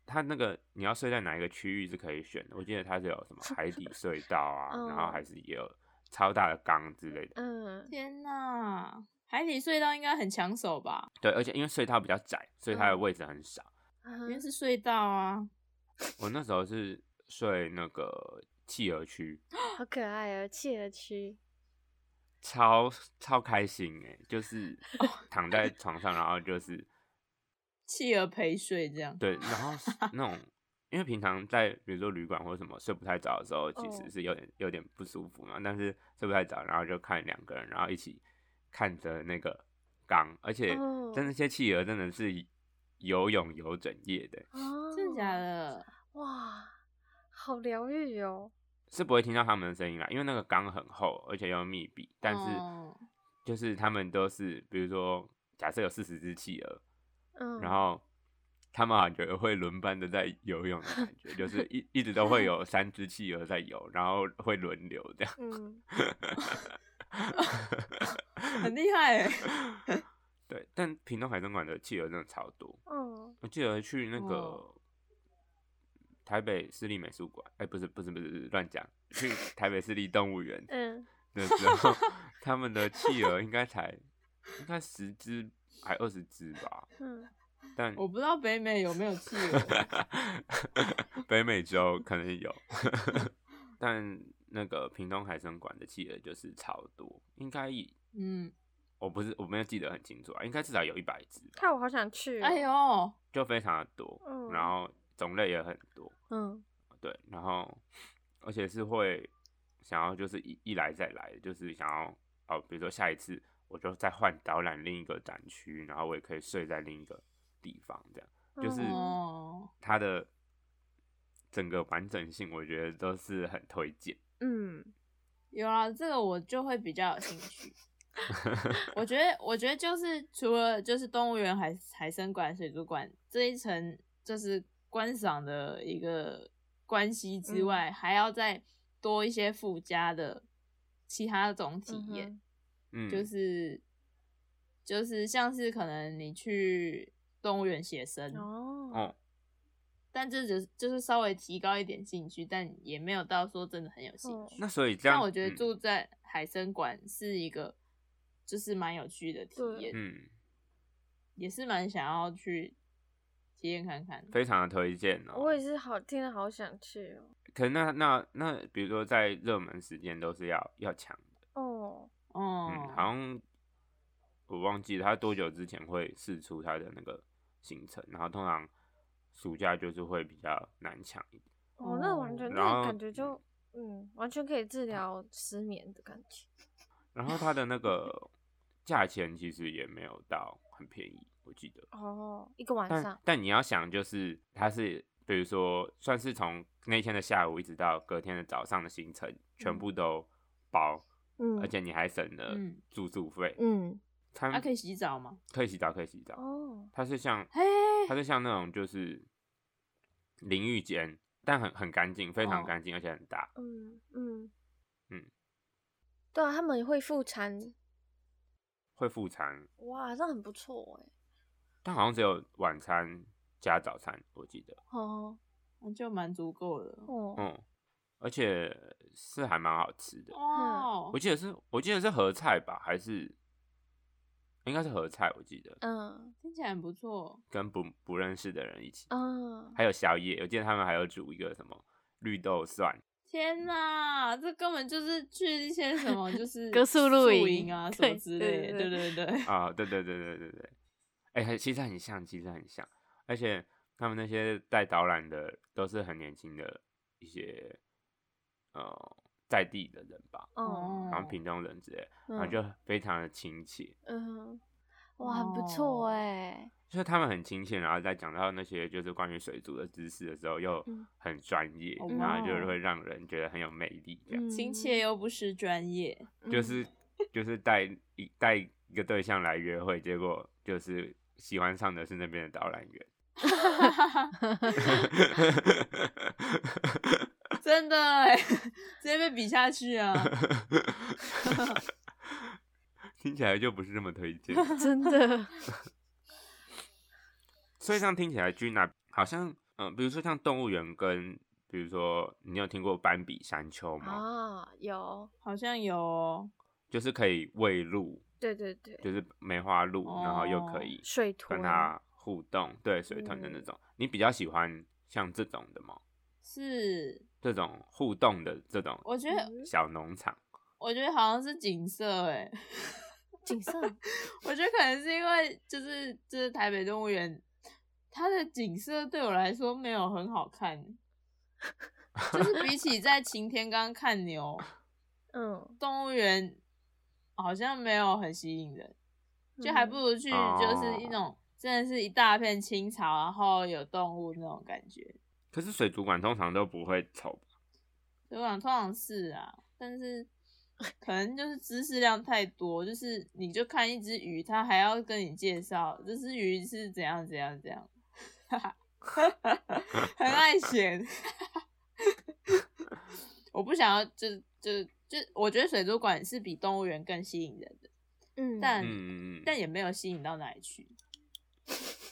B: 它那个你要睡在哪一个区域是可以选的，我记得它是有什么海底隧道啊，然后
A: 嗯
B: 还是也有超大的缸之类的。
A: 嗯
C: 天哪，海底隧道应该很抢手吧？
B: 对，而且因为隧道比较窄，所以它的
A: 嗯
B: 位置很少。
C: 因为
A: 嗯
C: 是隧道啊，
B: 我那时候是睡那个企鹅区，
A: 好可爱哦，企鹅区，
B: 超超开心哎、就是
A: 哦
B: 躺在床上，然后就是
C: 企鹅陪睡这样。
B: 对，然后是那种。因为平常在比如说旅馆或者什么睡不太着的时候，其
A: 哦
B: 实是有点有点不舒服嘛。但是睡不太着，然后就看两个人，然后一起看着那个缸，而且
A: 哦
B: 真那些企鹅真的是游泳游整夜的，
A: 哦，
C: 真的假？的？
A: 哇，好疗愈哦，
B: 是不会听到他们的声音啦，因为那个缸很厚，而且又密闭。但是
C: 哦
B: 就是他们都是，比如说假设有四十只企鹅，
A: 嗯，
B: 然后他们好像会轮班的在游泳的感觉，就是一一直都会有三只企鹅在游，然后会轮流这样。
A: 嗯
C: 很厉害欸，
B: 对，但屏东海参馆的企鹅真的超多，
A: 嗯
B: 我记得去那个
C: 哦
B: 台北市立美术馆，哎、不是不是不是乱讲，去台北市立动物园
A: 嗯，
B: 的时候， 他们的企鹅应该才应该十只还二十只吧，
A: 嗯
B: 但
C: 我不知道北美有没有企鹅。
B: 北美洲可能有，但那个屏东海参馆的企鹅就是超多，应该
C: 嗯，
B: 我不是我没有记得很清楚啊，应该至少有一百只吧，
A: 看我好想去，哦
C: 哎，呦，
B: 就非常的多，
A: 嗯
B: 然后种类也很多，
A: 嗯
B: 对，然后而且是会想要就是一一来再来，就是想要哦，比如说下一次我就再换导览另一个展区，然后我也可以睡在另一个地方，这样就是
A: 嗯
C: 哦，
B: 它的整个完整性，我觉得都是很推荐。
A: 嗯
C: 有啊，这个我就会比较有兴 趣。我觉得，我觉得就是除了就是动物园、海海参馆、水族馆这一层，就是观赏的一个关系之
A: 嗯
C: 外，还要再多一些附加的其他种体
A: 嗯
C: 验，
A: 哼
B: 嗯，
C: 就是就是像是可能你去动物园写生，
A: 哦，
B: 哦，
C: 但这只是就是稍微提高一点兴趣，但也没有到说真的很有兴
A: 哦
C: 趣。
B: 那所以这样，
C: 但我觉
B: 嗯
C: 得住在海参馆是一个就是蛮有趣的体
A: 对
C: 验，
B: 嗯，
C: 也是蛮想要去体验看看的。
B: 非常的推荐哦。
A: 我也是好听了好想去哦。
B: 可能那那那，比如说在热门时间都是要要抢的，
A: 哦，
C: 哦、
B: 嗯，好像我忘记他多久之前会试出他的那个行程，然后通常暑假就是会比较难抢一点。
A: 哦，那
C: 哦
A: 完全，
B: 然
A: 那
B: 后
A: 感觉就，嗯，完全可以治疗失眠的感觉。
B: 然后他的那个价钱其实也没有到很便宜，我记得。
A: 哦，一个晚
B: 但
A: 上，
B: 但你要想，就是它是比如说算是从那天的下午一直到隔天的早上的行程，全
A: 嗯
B: 部都包，
A: 嗯
B: 而且你还省了
C: 嗯
B: 住宿费。
A: 嗯，
B: 它
C: 啊，可以洗澡吗？
B: 可以洗澡，可以洗澡。
A: 哦，
B: 它是像
C: 嘿，
B: 它是像那种就是淋浴间，但很很干净，非常
C: 哦
B: 干净，而且很大。
A: 嗯嗯
B: 嗯，
A: 对啊，他们也会附餐，
B: 会附餐，
A: 哇，这很不错哎。
B: 但好像只有晚餐加早餐，我记得。
A: 哦
C: 那就蛮足够的。
A: 哦，
B: 嗯，而且是还蛮好吃的。
C: 哦
B: 我，记得是，我记得是合菜吧，还是应该是合菜，我记得
A: 嗯
C: 听起来很不错。
B: 跟不不认识的人一起，
A: 嗯，
B: 还有宵夜，我记得他们还有煮一个什么绿豆蒜，
C: 天呐，这根本就是去一些什 么，就是
A: 格
C: 宿
A: 宿露
C: 营
A: 营
C: 啊什
A: 对
C: 么之
A: 对
C: 类的，对
A: 对
C: 对对。
B: 啊、对对对对对对，哎、很其实很像，其实很像，而且他们那些带导览的都是很年轻的一些呃在地的人吧，
C: 哦
A: 嗯
B: 好像屏东人之类的，然后
A: 嗯
B: 就非常的亲切，
A: 嗯，哇，很不错
C: 哦
A: 哎，
B: 就是他们很亲切，然后在讲到那些就是关于水族的知识的时候又
A: 嗯
B: 很专业，
C: 哦
B: 然后
C: 哇
B: 就会让人觉得很有魅力，这样、
C: 亲切又不失专业，
A: 嗯
B: 就是就是带一带一个对象来约会，结果就是喜欢上的是那边的导览员。
C: 真的哎， 直接被比下去啊！
B: 听起来就不是这么推 荐，
A: 真的，
B: 所以这样听起来居然好像，嗯、比如说像动物园跟，比如说你有听过斑比山丘吗？
A: 啊，有，
C: 好像有哦，
B: 就是可以喂鹿，
A: 对对对，
B: 就是梅花鹿，然后又可
C: 哦
B: 以
A: 水豚嗯
B: 跟，它互动，对水豚的那种。你比较喜欢像这种的吗？
C: 是，
B: 这种互动的这种
C: 我觉得，
A: 嗯
B: 小农场，
C: 我觉得好像是景色哎，
A: 景色，
C: 我觉得可能是因为就是就是台北动物园，它的景色对我来说没有很好看，就是比起在晴天刚看牛，
A: 嗯，
C: 动物园好像没有很吸引人，就还不如去就是一种真的是一大片青草，然后有动物那种感觉。
B: 可是水族馆通常都不会丑
C: 所以我想通常是啊，但是可能就是知识量太多，就是你就看一只鱼，它还要跟你介绍这只鱼是怎样怎样怎样，很爱闲。 我不想要，就就就，我觉得水族馆是比动物园更吸引人的，
A: 嗯，
C: 但
B: 嗯嗯
C: 但
B: 嗯，
C: 也没有吸引到哪里去。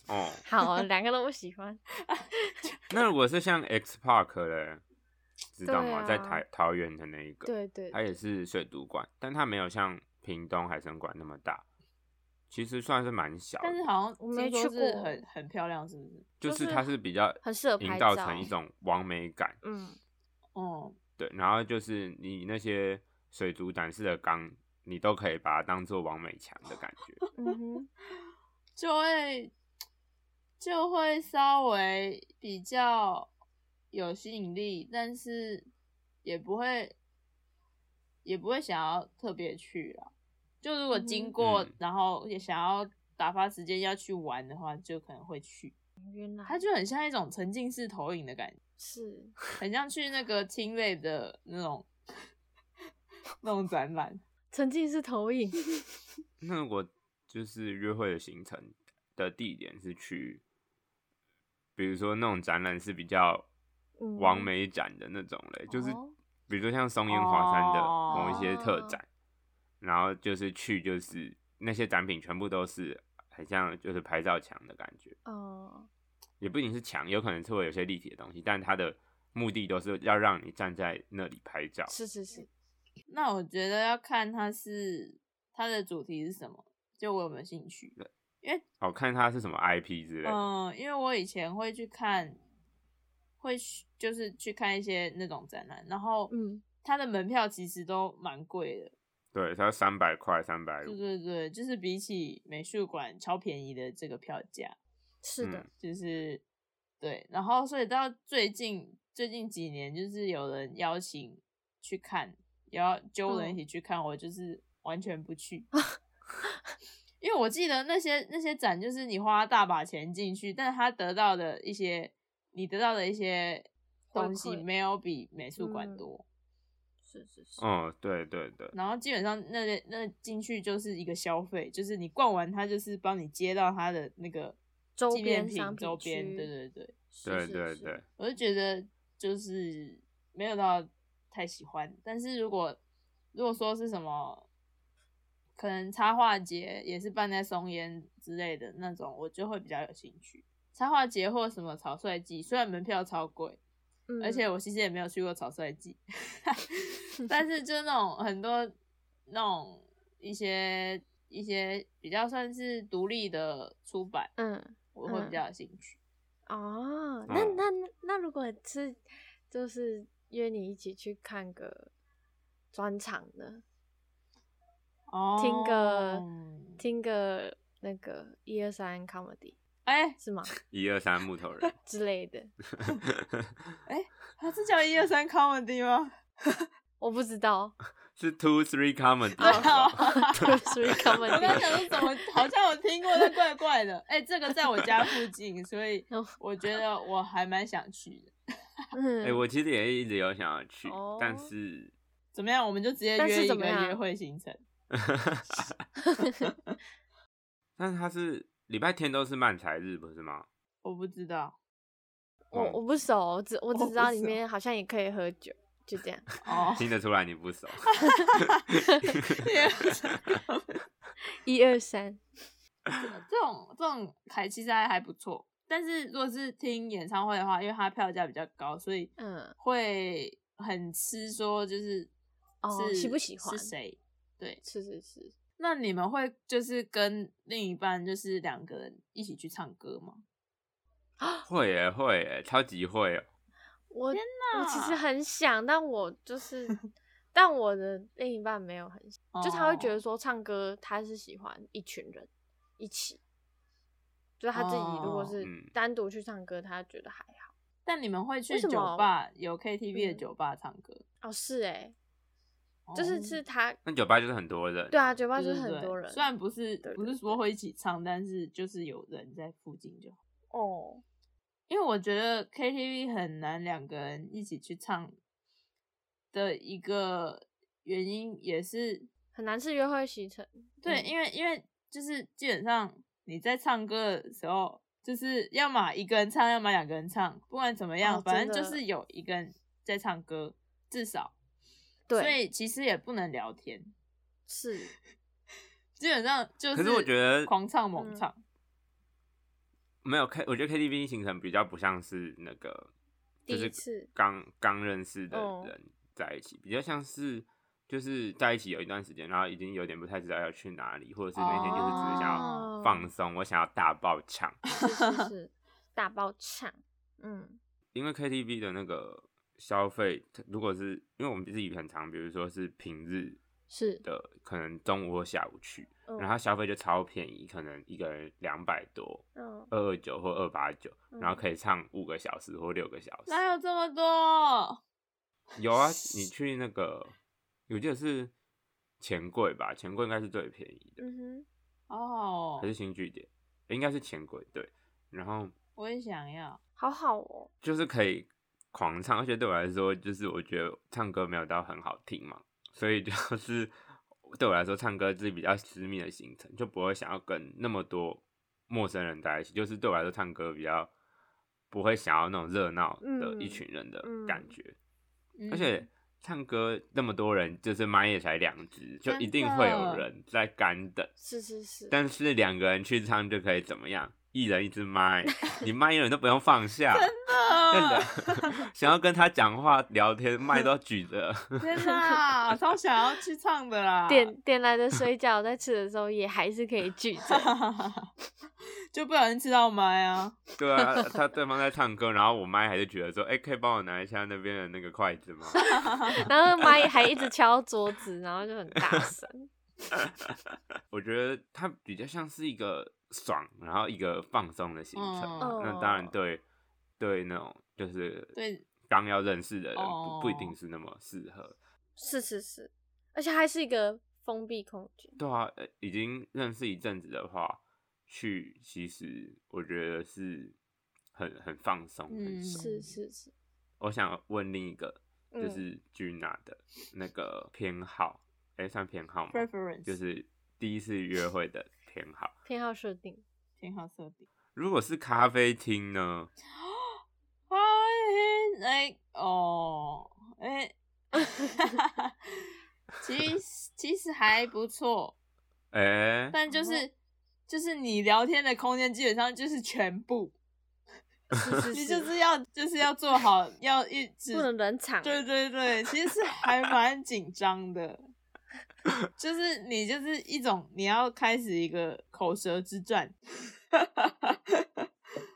B: 哦，
A: 好，啊两个都不喜欢，
B: 那如果是像 X Park 嘞，知道吗？
A: 对啊
B: 在台桃园的那一 个，
A: 对对
B: 它也是水族馆，但它没有像屏东海参馆那么大，其实算是蛮小的，
C: 但是好像
A: 我没
C: 听说
A: 去
C: 是
A: 过
C: 很很漂亮，是不是？
B: 就
A: 就是
B: 是它是比较
A: 很适合
B: 营
A: 拍
B: 造
A: 照
B: 成一种完美感，
A: 嗯，
C: 哦、
B: 对，然后就是你那些水族展示的缸，你都可以把它当做王美强的感 觉。
A: 嗯哼，
C: 就会就会稍微比较有吸引力，但是也不会也不会想要特别去啊。就如果经过，
B: 嗯
C: 然后也想要打发时间要去玩的话，就可能会去。
A: 嗯原来
C: 它就很像一种沉浸式投影的感觉，
A: 是，
C: 很像去那个 team 类的那种那种展览。
A: 沉浸式投影，
B: 那如果就是约会的行程的地点是去，比如说那种展览是比较
A: 嗯
B: 王美展的那种嘞，就是
A: 哦
B: 比如说像松烟华山的
C: 哦
B: 某一些特展，然后就是去就是那些展品全部都是很像就是拍照墙的感觉。
A: 嗯，
B: 也不一定是墙，有可能是会有些立体的东西，但它的目的都是要让你站在那里拍照。
A: 是是是，
C: 那我觉得要看它是它的主题是什么，就我有没有兴趣。
B: 哦，看它是什么 IP 之类的。
C: 嗯，因为我以前会去看，会去就是去看一些那种展览，然后
A: 嗯，
C: 它的门票其实都蛮贵的，
B: 对，它三百块、三百
C: 对
B: 五。
C: 对对，就是比起美术馆超便宜的这个票价，
A: 是的
B: 嗯，
C: 就是对，然后所以到最近最近几年，就是有人邀请去看，也要揪人一
A: 嗯
C: 起去看，我就是完全不去。 因为我记得那些那些展，就是你花大把钱进去，但是他得到的一些，你得到的一些
A: 回
C: 东西，
A: 馈
C: 没有比美术馆
A: 嗯
C: 多。
A: 是是是，嗯
B: 哦，对对对，
C: 然后基本上那些那进去就是一个消费，就是你逛完，它就是帮你接到它的那个
A: 周
C: 纪
A: 边
C: 念品
A: 商品
C: 周边，
A: 区
C: 对对对。
A: 是
B: 对
A: 是
B: 对
A: 是
B: 对，
C: 我就觉得就是没有到太喜欢，但是如果如果说是什么，可能插画节也是办在松烟之类的那种，我就会比较有兴趣。插画节或什么草率季，虽然门票超贵，
A: 嗯
C: 而且我其实也没有去过草率季， 但是就那种很多那种一些一些比较算是独立的出版，
A: 嗯
C: 我会
A: 嗯
C: 比较有兴趣。
A: 哦，那
B: 嗯
A: 那那如果是就是约你一起去看个专场的，
C: 哦，
A: 听个、听个那个一二三 comedy
C: 哎、
A: 是吗
B: 一二三木头人，
A: 之类的，
C: 他是叫一二三 comedy 吗？
A: 我不知道。
B: 是 two three comedy，
A: 哦
B: 好不好
A: Three
C: 我刚
A: comedy，
C: 刚想说怎么，好像我听过，但怪怪的。哎、这个在我家附近，所以
A: 哦
C: 我觉得我还蛮想去的。
B: 哎、
A: 嗯，
B: 我其实也一直有想要去，但
A: 哦
B: 是
C: 怎么样？我们就直接
A: 但是
C: 约一
A: 怎么
C: 个
A: 样
C: 约会行程。
B: 但是它是礼拜天都是漫才日，不是吗？
C: 我不知道
B: 嗯
A: 我我不熟，我只我只知道
C: 我不
A: 里
C: 熟
A: 面好像也可以喝酒，就 这样。
C: 哦，
B: 听得出来你不熟。
A: 一二三，
C: 这种这种还其实还还不错，但是如果是听演唱会的话，因为它票价比较高，所以
A: 嗯，
C: 会很吃说就是
A: 哦
C: 是
A: 喜不喜欢
C: 是谁。
A: 是是是，
C: 那你们会就是跟另一半就是两个人一起去唱歌吗？
B: 会耶会耶，超级会哦！
A: 我我其实
C: 哪
A: 很想，但我就是，但我的另一半没有很想，就他会觉得
C: 哦
A: 说唱歌他是喜欢一群人一起，就他自己如果
C: 哦
A: 是
B: 嗯
A: 单独去唱歌，他觉得还好。
C: 但你们会去
A: 为什
C: 酒
A: 么
C: 吧有 KTV 的
A: 嗯
C: 酒吧唱歌，
A: 哦，是哎，就是
C: 哦
A: 是他，
B: 那酒吧就是很多人，
A: 对啊，酒吧就
C: 对
A: 是
C: 对
A: 很
C: 对
A: 多人，
C: 虽然不是
A: 对
C: 不
A: 对
C: 是说会一起唱，但是就是有人在附近就好。
A: 哦，
C: 因为我觉得 KTV 很难两个人一起去唱的一个原因也是
A: 很难是约会行程，
C: 对，
A: 嗯
C: 因为因为就是基本上你在唱歌的时候，就是要么一个人唱，要么两个人唱，不管怎么样，
A: 哦
C: 反
A: 真
C: 正就
A: 的
C: 是有一个人在唱歌，至少。
A: 对
C: 所以其实也不能聊天，
A: 是
C: 基本上就是。
B: 可是我觉得
C: 狂唱猛
A: 嗯
C: 唱，
B: 没有 K，我觉得 KTV 行程比较不像是那个，
A: 第
B: 就
A: 一
B: 是
A: 次
B: 刚刚认识的
A: 哦
B: 人在一起，比较像是就是在一起有一段时间，然后已经有点不太知道要去哪里，或者是那天就是只是想要
A: 哦
B: 放松，我想要大爆唱，
A: 是 是是大爆唱，嗯，
B: 因为 KTV 的那个消费，如果是因为我们自己很常，比如说是平日
A: 是，
B: 的，可能中午或下午去，
A: 嗯
B: 然后它消费就超便宜，可能一个人两百多，
A: 嗯，
B: 二二九或二八九，然后
A: 嗯
B: 可以唱五个小时或六个小时。
C: 哪有这么多？
B: 有啊，你去那个，我记得是钱柜吧，钱柜应该是最便宜的，
A: 嗯
C: 哦
B: 还，是新据点？应该是钱柜对。然后
C: 我也想要
A: 哼，好好哦，
B: 就是可以狂唱，而且对我来说，就是我觉得唱歌没有到很好听嘛，所以就是 对我来说，唱歌是比较私密的行程，就不会想要跟那么多陌生人在一起。就是对我来说，唱歌比较不会想要那种热闹的一
A: 嗯
B: 群人的
A: 嗯
B: 感觉，
C: 嗯
B: 而且。唱歌那么多人，就是麦也才两只，就
C: 真
B: 一定会有
C: 的
B: 人在干等。
A: 是是是，
B: 但是两个人去唱就可以怎么样？一人一支 麦，你麦一人都不用放下，真
C: 啊
B: 的， 想要跟他讲话聊 天，麦都举着。
C: 天哪，超想要去唱的啦！
A: 点点来的水饺在吃的时候也还是可以聚着，
C: 就不小心吃到麦啊！
B: 对啊，他对方在唱歌，然后我麦还是举着说：“哎、可以帮我拿一下那边的那个筷子吗
A: 然后妈还一直敲桌子，然后就很大 声，？”
B: 我觉得他比较像是一个爽，然后一个放松的行程。
C: 嗯
B: 哦那当
A: 哦
B: 然对对那种就是
C: 对
B: 刚要认识的人
C: 哦
B: 不不一定是那么适合。
A: 是是是，而且还是一个封闭空间，
B: 对啊，呃已经认识一阵子的话，去其实我觉得是很很放松，很
C: 嗯
B: 爽。
A: 是是是，
B: 我想问另一个，就
A: 嗯
B: 是 Gina 的那个偏好，哎、算偏好吗？
C: ，preference
B: 就是第一次约会的偏好。
A: 偏好设 定，
C: 挺好设定。
B: 如果是咖啡厅呢？
C: 好听，哎哦，哎， 其实其实还不错，
B: 哎、
C: 但就是就是你聊天的空间基本上就是全部，
A: 是是
C: 你
A: 是，
C: 就是要就是要做好，要一直
A: 不能冷场，
C: 对对对，其实是还蛮紧张的，就是你就是一种你要开始一个口舌之战，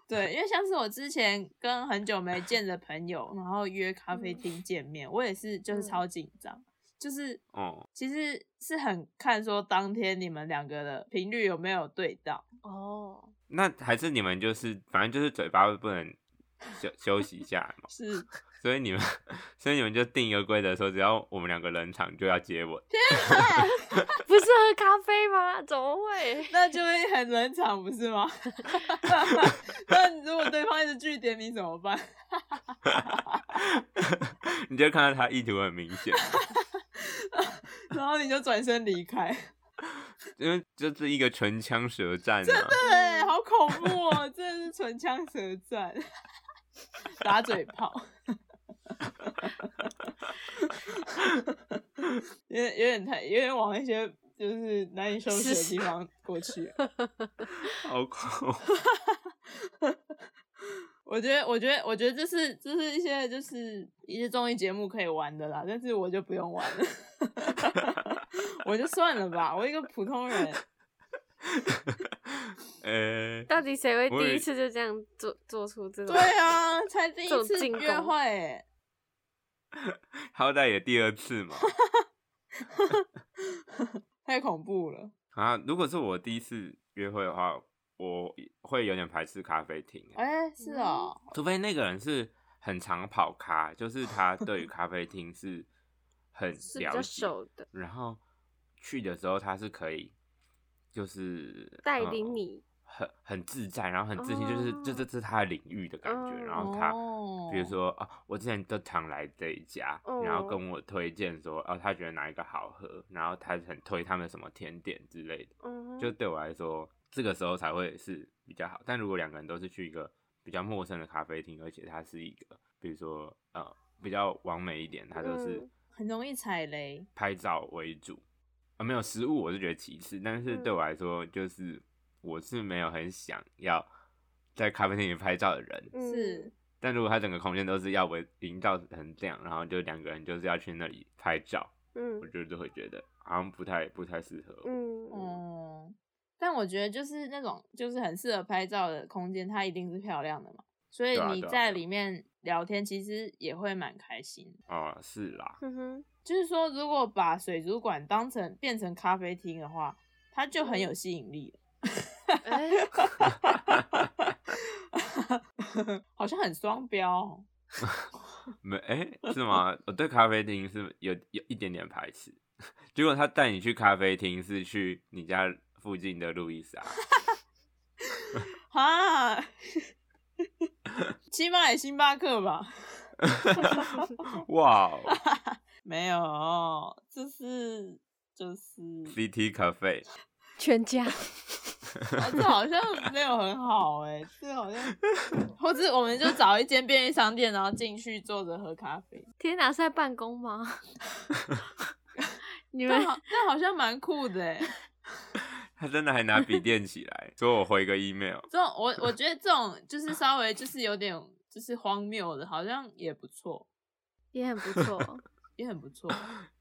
C: 对，因为像是我之前跟很久没见的朋友，然后约咖啡厅见面，我也是就是超紧张，就是
B: 哦，
C: 其实是很看说当天你们两个的频率有没有对到。
A: 哦，
B: 那还是你们就是，反正就是嘴巴不能休休息一下来嘛，
C: 是，
B: 所以你们，所以你们就定一个规则，说只要我们两个冷场就要接吻。
A: 不是喝咖啡吗？怎么会？
C: 那就会很冷场，不是吗？ 那如果对方一直拒点你怎么办？
B: 你就看到他意图很明显，
C: 然后你就转身离开。
B: 因为这是一个唇枪舌战啊。
C: 对，好恐怖哦！真的是唇枪舌战，打嘴炮，有点有点太有点往一些就是难以收拾的地方过去。
B: 好恐 怖！
C: 我觉得，我觉得，我觉得这是这是一些就是一些综艺节目可以玩的啦，但是我就不用玩了， 我就算了吧，我一个普 通人。
B: 呃、
A: 嗯到底谁会
B: 我
A: 第
B: 以
A: 一次就这样做做出这种？
C: 对 啊， 才
A: 这
C: 第一
A: 种
C: 次
A: 进
C: 约
A: 攻
C: 会欸、
B: 好歹也第二次 嘛。
C: 太恐怖了。
B: 啊，如果是我第一次约会的话，我会有点排斥咖啡厅欸、
C: 哎、是哦，
B: 除非那个人是很常跑咖，就是他对于咖啡厅是很
A: 是比
B: 了
A: 较
B: 解，
A: 熟的，
B: 然后去的时候他是可以就是
A: 带
B: 嗯
A: 领你。
B: 很很自在，然后很自信，就是
A: 哦
B: 这这是他的领域的感觉，然后他。
C: 哦
B: 比如说啊，我之前都常来这一家，然后跟我推荐说，哦、他觉得哪一个好喝，然后他很推他们什么甜点之类的。
A: 嗯，
B: 就对我来说，这个时候才会是比较好。但如果两个人都是去一个比较陌生的咖啡厅，而且它是一个，比如说呃比较完美一点，它都是
A: 嗯
C: 很容易踩雷。
B: 拍照为主啊、没有食物我是觉得其次，但是对我来说，就是我是没有很想要在咖啡厅里拍照的人。
A: 嗯
C: 是，
B: 但如果它整个空间都是要为营造成这样，然后就两个人就是要去那里拍照，
A: 嗯
B: 我就是会觉得好像不太不太适合我。
A: 嗯嗯
C: 嗯，但我觉得就是那种就是很适合拍照的空间，它一定是漂亮的嘛，所以
B: 对啊
C: 你
B: 对啊
C: 在
B: 对啊
C: 里面聊天其实也会蛮开心的。
B: 哦，是啦，
A: 哼嗯 哼，
C: 就是说，如果把水族馆当成变成咖啡厅的话，它就很有吸引力了。
A: 哎，
C: 好像很双标哦，
B: 没哎、是吗？ 我对咖啡厅是有有一点点排斥。 结果他带你去咖啡厅是去你家附近的路易莎，
C: 哈，起码也星巴克吧。
B: 哇哦
C: 没有，哦就是就是，
B: ，CT Cafe，
A: 全家
C: 啊这好像没有很好哎、这好像，或者我们就找一间便利商店，然后进去坐着喝咖啡，
A: 天哪，是在办公吗？ 你们
C: 但好但好像蛮酷的哎、
B: 他真的还拿笔电起来，说我回个 email，
C: 这种我我觉得这种就是稍微就是有点就是荒谬的，好像也不错，
A: 也很不 错，哦
C: 也很不错，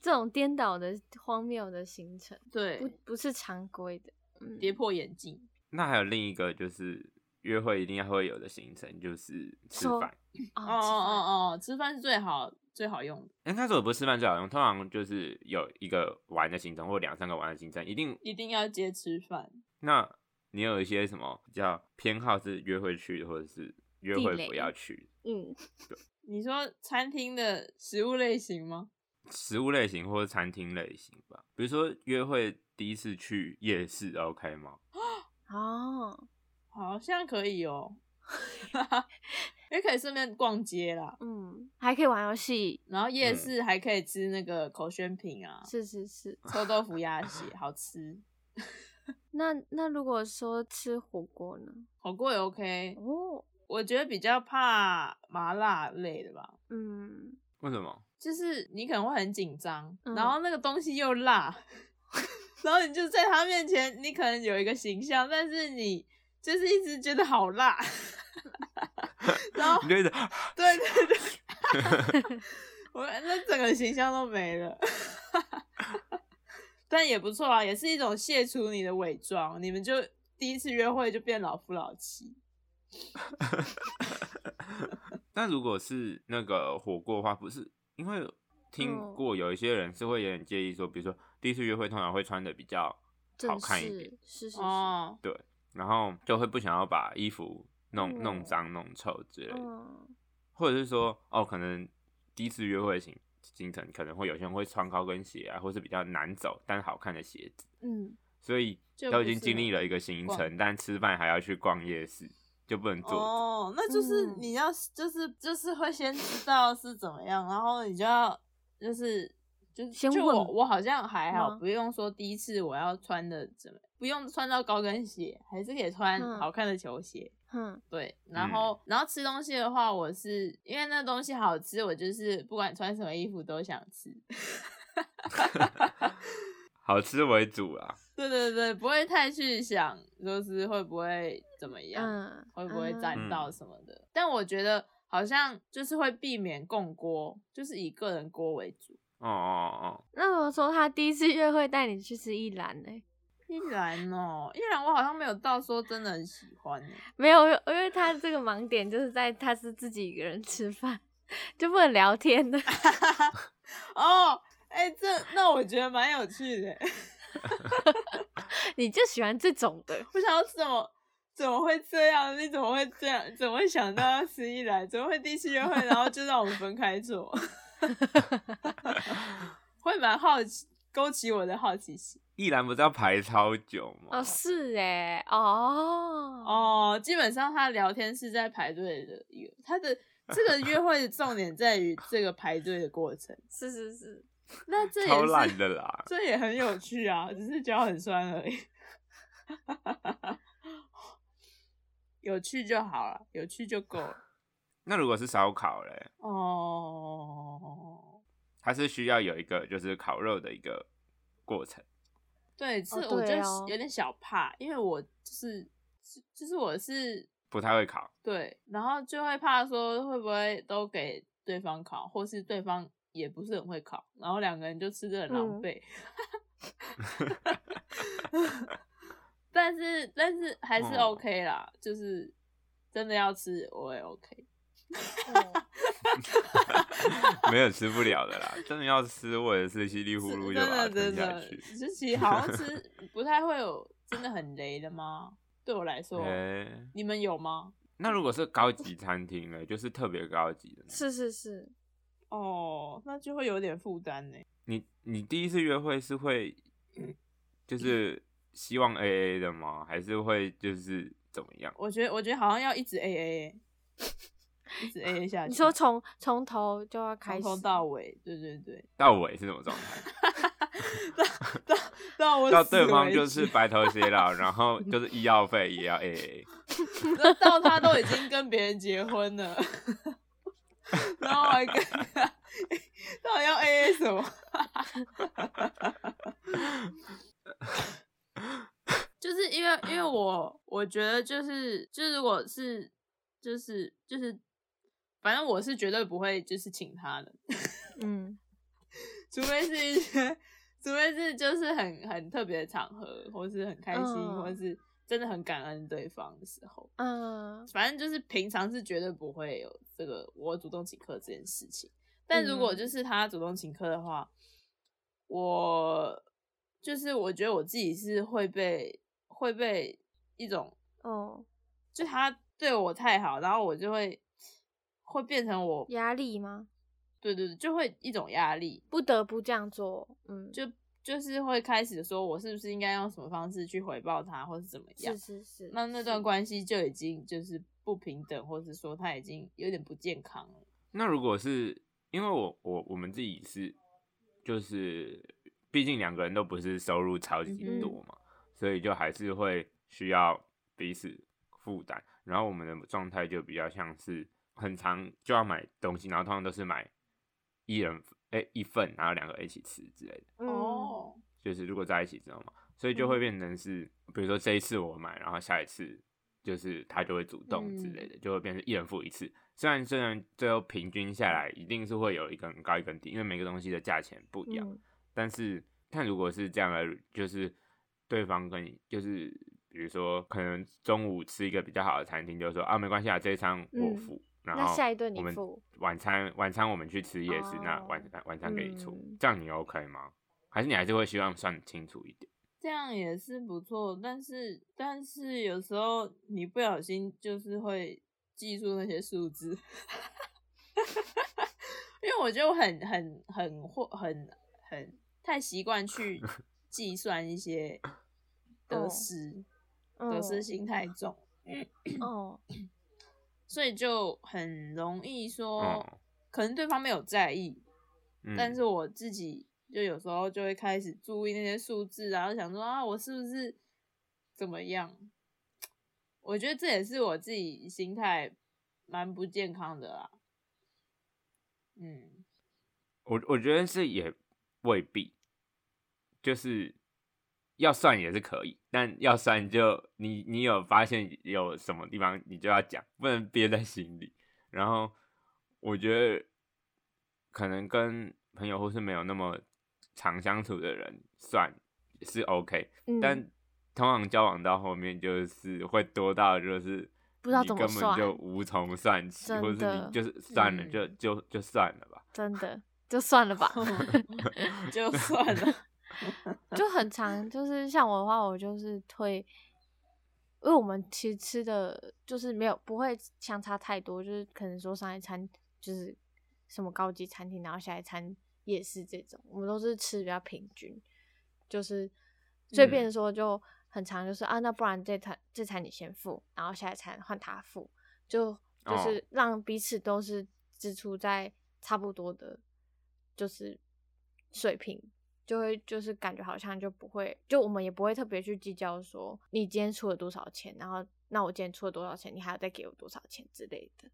A: 这种颠倒的荒谬的行程，不
C: 对，
A: 不是常规的。嗯，
C: 跌破眼镜
B: 那还有另一个就是约会一定要会有的行程就是吃
A: 说
B: 饭。
A: 哦
C: 哦
A: 哦哦，
C: 哦哦哦，吃饭是最好最好用的，
B: 应该说我不是吃饭最好用，通常就是有一个玩的行程或两三个玩的行程，一定。
C: 一定要接吃饭。
B: 那你有一些什么比较偏好是约会去的，或者是约
A: 地
B: 会
A: 雷
B: 不要去
A: 嗯，
C: 你说餐厅的食物类型吗？
B: 食物类型或者餐厅类型吧。比如说约会第一次去夜市，OK 吗？
A: 哦，
C: 好像可以哦， 也可以顺便逛街啦，
A: 嗯，还可以玩游戏，
C: 然后夜市还可以吃那个口宣品啊，
A: 是是是。
C: 臭豆腐鸭血好吃，
A: 那那如果说吃火锅呢？
C: 火锅也 OK。
A: 哦，
C: 我觉得比较怕麻辣类的吧，
A: 嗯，
B: 为什么？
C: 就是你可能会很紧张，
A: 嗯
C: 然后那个东西又辣， 然后你就在他面前，你可能有一个形象，但是你就是一直觉得好辣， 然后
B: 你就一直
C: 对对对， 我那整个形象都没了。 但也不错啊，也是一种卸除你的伪装，你们就第一次约会就变老夫老妻。
B: 那如果是那个火锅的话，不是因为听
A: 嗯
B: 过有一些人是会有点介意说，比如说第一次约会通常会穿的比较好
A: 正
B: 看一点
A: 式，，是是是，
C: 哦，
B: 然后就会不想要把衣服弄弄
A: 嗯
B: 脏、弄臭之类的，
A: 嗯，
B: 或者是说哦，可能第一次约会行行程可能会有些人会穿高跟鞋啊，或是比较难走但好看的鞋子，
A: 嗯，
B: 所以
C: 就
B: 都
C: 不
B: 已经
C: 适
B: 经历
C: 合
B: 了一个行
C: 逛
B: 程，但吃饭还要去逛夜市，就不能坐着。
C: 哦，那就是
A: 嗯
C: 你要就是就是会先知道是怎么样，然后你就要就是就
A: 先
C: 就
A: 问
C: 我我好像还好，
A: 吗
C: 不用说第一次我要穿的怎么，不用穿到高跟鞋，还是可以穿
A: 嗯
C: 好看的球鞋。
A: 哼，
C: 对，
A: 嗯
C: 然后、然后吃东西的话，我是因为那东西好吃，我就是不管穿什么衣服都想吃。
B: 好吃为主啦。
C: 对对对，不会太去想，就是会不会怎么样。
A: 嗯，
C: 会不会
A: 嗯
C: 沾到什么的。但我觉得好像就是会避免共锅，就是以个人锅为主。
B: 哦哦
A: 那我说他第一次约会带你去吃一兰呢、
C: 依然哦，依然我好像没有到说真的很喜欢耶、
A: 没有，因为他这个盲点就是在他是自己一个人吃饭，就不能聊天的。
C: 哦，哎、这那我觉得蛮有趣的耶、
A: 你就喜欢这种的，
C: 不想要怎么怎么会这样？你怎么会这样？怎么会想到要吃依然？怎么会第一次约会，然后就让我们分开做？ 会蛮好奇，勾起我的好奇心。
B: 哦，一兰不是要排超久吗？
A: 哦，是哎、哦，
C: 哦，基本上他聊天是在排队的一个，他的这个约会的重点在于这个排队的过程。
A: 是是是，
C: 那这
B: 超
C: 也
B: 烂
C: 是，
B: 的啦。
C: 这也很有趣啊，只是脚很酸而已。 有趣就好了，有趣就够了。
B: 那如果是烧烤嘞，
C: 哦，
B: 它是需要有一个就是烤肉的一个过程。
C: 对，这
A: 哦
C: 我就
A: 对哦
C: 有点小怕，因为我就是就就是我是
B: 不太会烤，
C: 对，然后就会怕说会不会都给对方烤，或是对方也不是很会烤，然后两个人就吃的很狼
A: 嗯
C: 狈。 但是但是还
A: 嗯
C: 是
B: 哦
C: OK 啦，就是真的要吃我也 OK。
A: 嗯
B: 没有吃不了的啦。真的要吃，我也是稀里
C: 是
B: 糊涂
C: 真
B: 就把它
C: 的
B: 吞
C: 真
B: 下
C: 的
B: 去。，
C: 就其实好像 吃不太会有真的很雷的吗？对我来 说，
B: 诶
C: 你们有吗？
B: 那如果是高级餐厅嘞，就是特别高级的呢，
A: 是是是，
C: 哦，那就会有点负担呢。
B: 你你第一次约会是会
C: 嗯
B: 就是希望 A A 的吗？还是会就是怎么样？
C: 我觉得我觉得好像要一直 AA，一直 AA 下去。
A: 你说从从头就要开
C: 嗯从
A: 始，
C: 头到尾，对对对，
B: 到尾是什么状态？
C: 到到 我
B: 到
C: 死
B: 对方
C: 为
B: 就
C: 止
B: 是白头偕老，然后就是医药费也要 A A。
C: 那到他都已经跟别人结婚了，然后还跟他，到底要 A A 什么？ 就是因为因为我我觉得就是就是如果是就是就是，反正我是绝对不会就是请他的，
A: 嗯，
C: 除非是一些，除非是就是很很特别的场合，或是很开心，
A: 嗯
C: 或是真的很感恩对方的时候。
A: 嗯，
C: 反正就是平常是绝对不会有这个我主动请客这件事情。但如果
A: 嗯
C: 就是他主动请客的话，我就是我觉得我自己是会被会被一种
A: 哦，
C: 就他对我太好，然后我就会会变成我
A: 压力吗？
C: 对对对，就会一种压力，
A: 不得不这样做，嗯，
C: 就就是会开始说我是不是应该用什么方式去回报他，或是怎么样
A: 是。是是，
C: 那那段
A: 是
C: 关系就已经就是不平等，或是说他已经有点不健康了。
B: 那如果是因为我我我们自己是就是，毕竟两个人都不是收入超级多嘛，所以就还是会需要彼此负担。然后我们的状态就比较像是很常就要买东西，然后通常都是买一人哎、一份，然后两个人一起吃之类的。
A: 嗯
C: 哦，
B: 就是如果在一起之后嘛，所以就会变成是，比如说这一次我买，然后下一次就是他就会主动之类的，就会变成一人付一次。虽然虽然最后平均下来一定是会有一个很高一个很低，因为每个东西的价钱不一样，
A: 嗯
B: 但是但如果是这样的，就是对方跟你就是。比如说可能中午吃一个比较好的餐厅，就说啊没关系啊，这一餐我
A: 嗯
B: 付，
A: 那
B: 然后
A: 下一顿你
B: 我们
A: 付哦
B: 晚餐晚餐我们去吃夜市，那晚晚餐给你出，
A: 嗯
B: 这样你 OK 吗？还是你还是会希望算清楚一点？
C: 这样也是不错，但是但是有时候你不小心就是会记住那些数字， 因为我就很很很或很很太习惯 去计算一些得
A: 哦
C: 失，
A: 嗯
C: 得失心太重，
A: 哦，
C: 所以就很容易说，
B: 哦
C: 可能对方没有在意，
B: 嗯，
C: 但是我自己就有时候就会开始注意那些数字，然后想说啊，我是不是怎么样？我觉得这也是我自己心态蛮不健康的啦。嗯，
B: 我我觉得是也未必，就是要算也是可以，但要算就你你有发现有什么地方你就要讲，不能憋在心里。然后我觉得可能跟朋友或是没有那么常相处的人算是 OK，、
A: 嗯
B: 但通常交往到后面就是会多到就是。
A: 不知道
B: 你
A: 怎么
B: 根本就
A: 算
B: 无从算起，
A: 真
B: 或是
A: 的
B: 你就是算了，就
C: 嗯
B: 就就算了吧。
A: 真的就算了 吧。
C: 就算了。
A: 就很常就是像我的话，我就是会，因为我们其实吃的就是没有不会相差太多，就是可能说上一餐就是什么高级餐厅，然后下一餐夜市这种，我们都是吃比较平均，就是所以变成说就很常就是、啊，那不然这餐这餐你先付，然后下一餐换他付，就就
B: 哦
A: 是让彼此都是支出在差不多的，就是水平，就会就是感觉好像就不会，就我们也不会特别去计较说你今天出了多少钱，然后那我今天出了多少钱，你还要再给我多少钱之类的。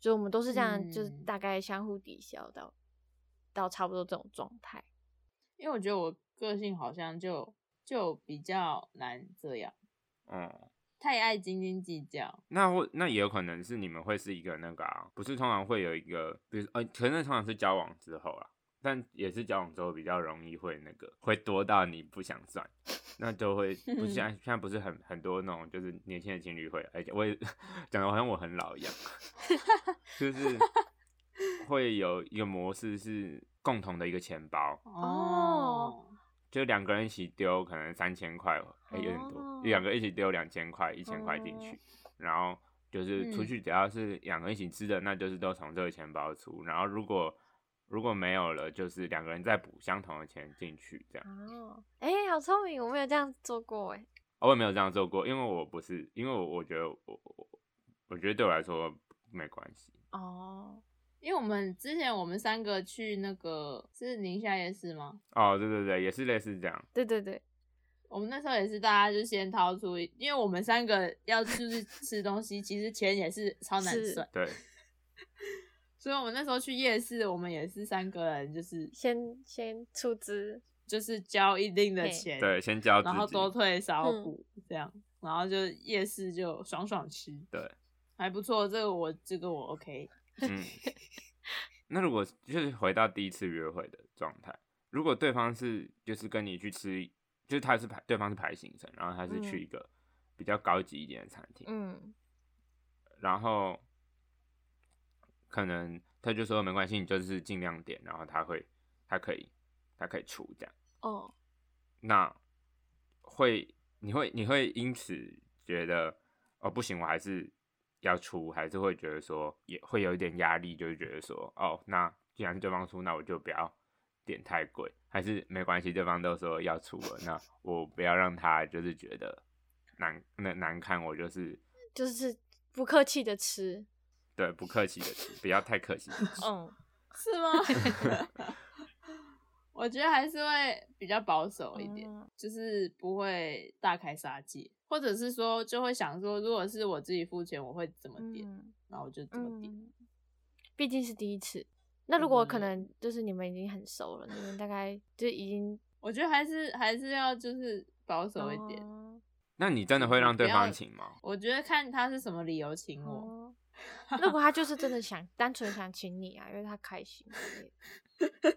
A: 所以我们都是这样，就是
C: 嗯
A: 大概相互抵消到到差不多这种状态。
C: 因为我觉得我个性好像就就比较难这样，
B: 嗯，
C: 太爱斤斤计较。
B: 那或那也有可能是你们会是一个那个啊，不是通常会有一个，比如呃，可能那通常是交往之后啦，但也是交往之后比较容易会那个，会多到你不想算，那就会不是现在现在不是很很多那种就是年轻的情侣会，而且我也讲的好像我很老一样，就是会有一个模式是共同的一个钱包，
A: 哦
C: 哦，
B: 就两个人一起丢，可能三千块，哎、有点
A: 哦
B: 多，两个一起丢两千块、一千块进去，然后就是出
C: 哦嗯
B: 去只要是两个人一起吃的，那就是都从这个钱包出，然后如果如果没有了，就是两个人再补相同的钱进去，这样。
A: 哦，哎、好聪明，我没有这样做过哎、
B: 哦我也没有这样做过，因为我不是，因为我我觉得我我我觉得对我来说没关系，
A: 哦，
C: 因为我们之前我们三个去那个是宁夏夜市吗？
B: 哦，对对对，也是类似这样，
A: 对对对，
C: 我们那时候也是，大家就先掏出一，因为我们三个要就是吃东西，其实钱也是超难
A: 是
C: 算，
B: 对，
C: 所以我们那时候去夜市，我们也是三个人，就是
A: 先先出资，
C: 就是交一定的
A: 嘿
C: 钱，
B: 对，先交自
C: 然后
B: 己
C: 多退少补、这样，然后就夜市就爽爽吃，
B: 对，
C: 还不错，这个我这个我 OK，
B: 嗯， 那如果就是回到第一次约会的状态，如果对方是就是跟你去吃，就是他是排对方是排行程，然后他是去
A: 嗯
B: 一个比较高级一点的餐厅，
A: 嗯
B: 然后可能他就说没关系，你就是尽量点，然后他会他可以他可以出这样，
A: 哦，
B: 那会你会你会因此觉得哦不行，我还是要出，还是会觉得说也会有一点压力，就是觉得说哦，那既然对方出，那我就不要点太贵，还是没关系，对方都说要出了，那我不要让他就是觉得难那难看，我就是
A: 就是不客气的吃，
B: 对不客气的吃，不要太客气地吃。
A: 嗯
C: 是吗？ 我觉得还是会比较保守一点。
A: 嗯
C: 就是不会大开杀戒，或者是说就会想说，如果是我自己付钱，我会怎么点，
A: 嗯
C: 那、我就怎么点。
A: 嗯，毕竟是第一次。那如
C: 嗯
A: 果可能，就是你们已经很熟了，你们大概就已 经
C: 我觉得还是还是要就是保守一点。
A: 哦
B: 那你真的会让对
C: 嗯不
B: 方
C: 要
B: 请吗？
C: 我觉得看他是什么理由请我，
A: 哦如果他就是真的想， 单纯想请你啊，因为他开心之类的，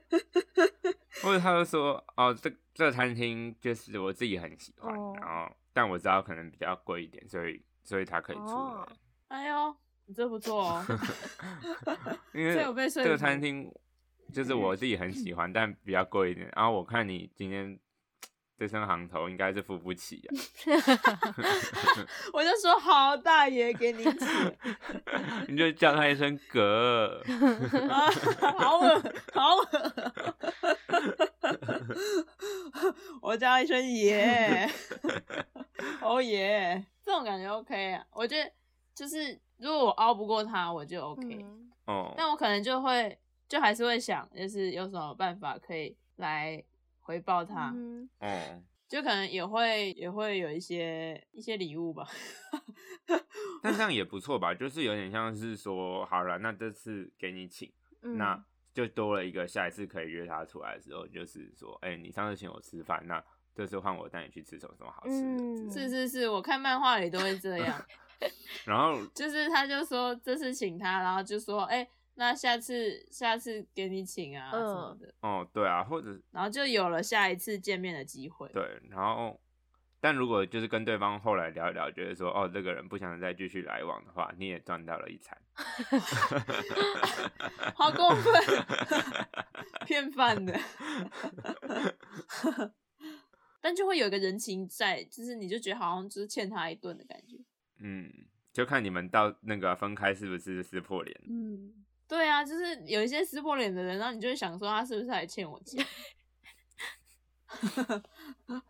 B: 或者他就说哦，这这餐厅就是我自己很喜欢，
A: 哦
B: 然后但我知道可能比较贵一点，所以所以它可以出来
A: 哦。
C: 哎呦，你这不错哦。
B: 因
C: 这有
B: 为
C: 被说
B: 这个
C: 服
B: 餐厅就是我自己很喜欢，但比较贵一点。然后我看你今天嗯这身行头应该是付不起啊，
C: 我就说好，大爷给你钱，
B: 你就叫他一声“哥
C: 啊 好恶，好恶。我叫一声爷，哦耶，这种感觉 OK 啊。我觉得就是如果我熬不过他，我就 OK，、
A: 嗯”。
B: 哦，
C: 但我可能就会就还是会想，就是有什么办法可以来回报他。
A: 嗯
B: 哦，
C: 就可能也会也会有一些一些礼物吧。
B: 但这样也不错吧？就是有点像是说，好了，那这次给你请，
A: 嗯
B: 那就多了一个下一次可以约他出来的时候，就是说，哎、你上次请我吃饭，那这次换我带你去吃什么什么好吃的。
A: 嗯
C: 是是是，我看漫画里都会这样，
B: 然后
C: 就是他就说这次请他，然后就说哎、那下次下次给你请啊、
A: 嗯
C: 什么的，
B: 哦，对啊，或者
C: 然后就有了下一次见面的机会。
B: 对，然后但如果就是跟对方后来聊一聊，觉得说哦，这个人不想再继续来往的话，你也赚到了一餐。
C: 好过分，骗饭的。 但就会有一个人情在，就是你就觉得好像就是欠他一顿的感觉。
B: 嗯，就看你们到那个分开是不是撕破脸。
C: 嗯，对啊，就是有一些撕破脸的人，然后你就会想说他是不是还欠我钱？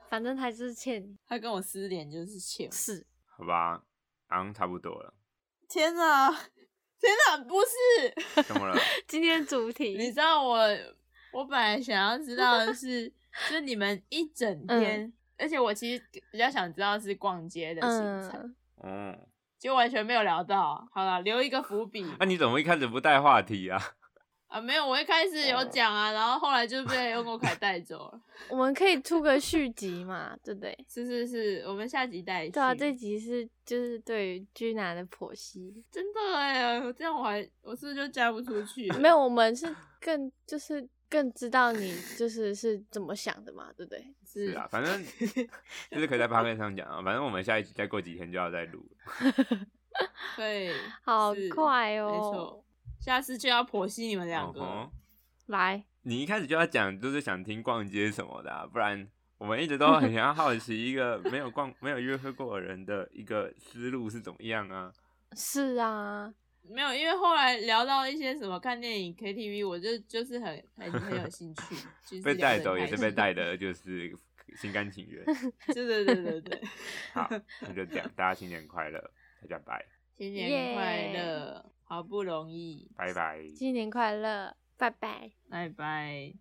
A: 反正还是欠
C: 他跟我撕脸就是欠我。
A: 是
B: 好吧，好像差不多了。
C: 天哪，天哪，不是！
B: 怎么了？
A: 今天主
C: 你
A: 题
C: 知道我，我本来想要知道的是，就是你们一整
A: 嗯
C: 天，而且我其实比较想知道是逛街的行程，
A: 嗯，
B: 哦，
C: 就完全没有聊到。好了，留一个伏笔
B: 那、啊你怎么一开始不带话题啊？
C: 啊，没有，我一开始
B: 哦
C: 有讲啊，然后后来就被欧国凯带走了。
A: 我们可以出个续集嘛，对 不对？
C: 是是是，我们下集带去。
A: 对啊，这集是就是对于居男的剖析，
C: 真的哎，我这样我还我是不是就嫁不出去了？
A: 没有，我们是更就是更知道你就是是怎么想的嘛，对不对？
B: 是 啊，反正就是可以在 p o c a s t 上讲啊。反正我们下一集再过几天就要再录了。
C: 对，
A: 好
C: 是
A: 快
C: 没
A: 哦
C: 错，，下次就要剖析你们两个。
B: 哦吼
A: 来，
B: 你一开始就要讲，就是想听逛街什么的啊、不然我们一直都很想要好奇一个没有逛、 没有约会过的人的一个思路是怎么样啊？
A: 是啊，
C: 没有，因为后来聊到一些什么看电影、KTV，我就就是很很很有兴趣，就是
B: 被
C: 聊得
B: 带走
C: 很
B: 也
C: 开
B: 是
C: 心
B: 被，带的，就是心甘情愿。
C: 对对对对对，
B: 好，那就这样，大家新年快乐，大家拜
C: 新年快
A: 耶
C: 乐，好不容易，
B: 拜拜。
A: 新年快乐，拜拜。
C: 拜拜。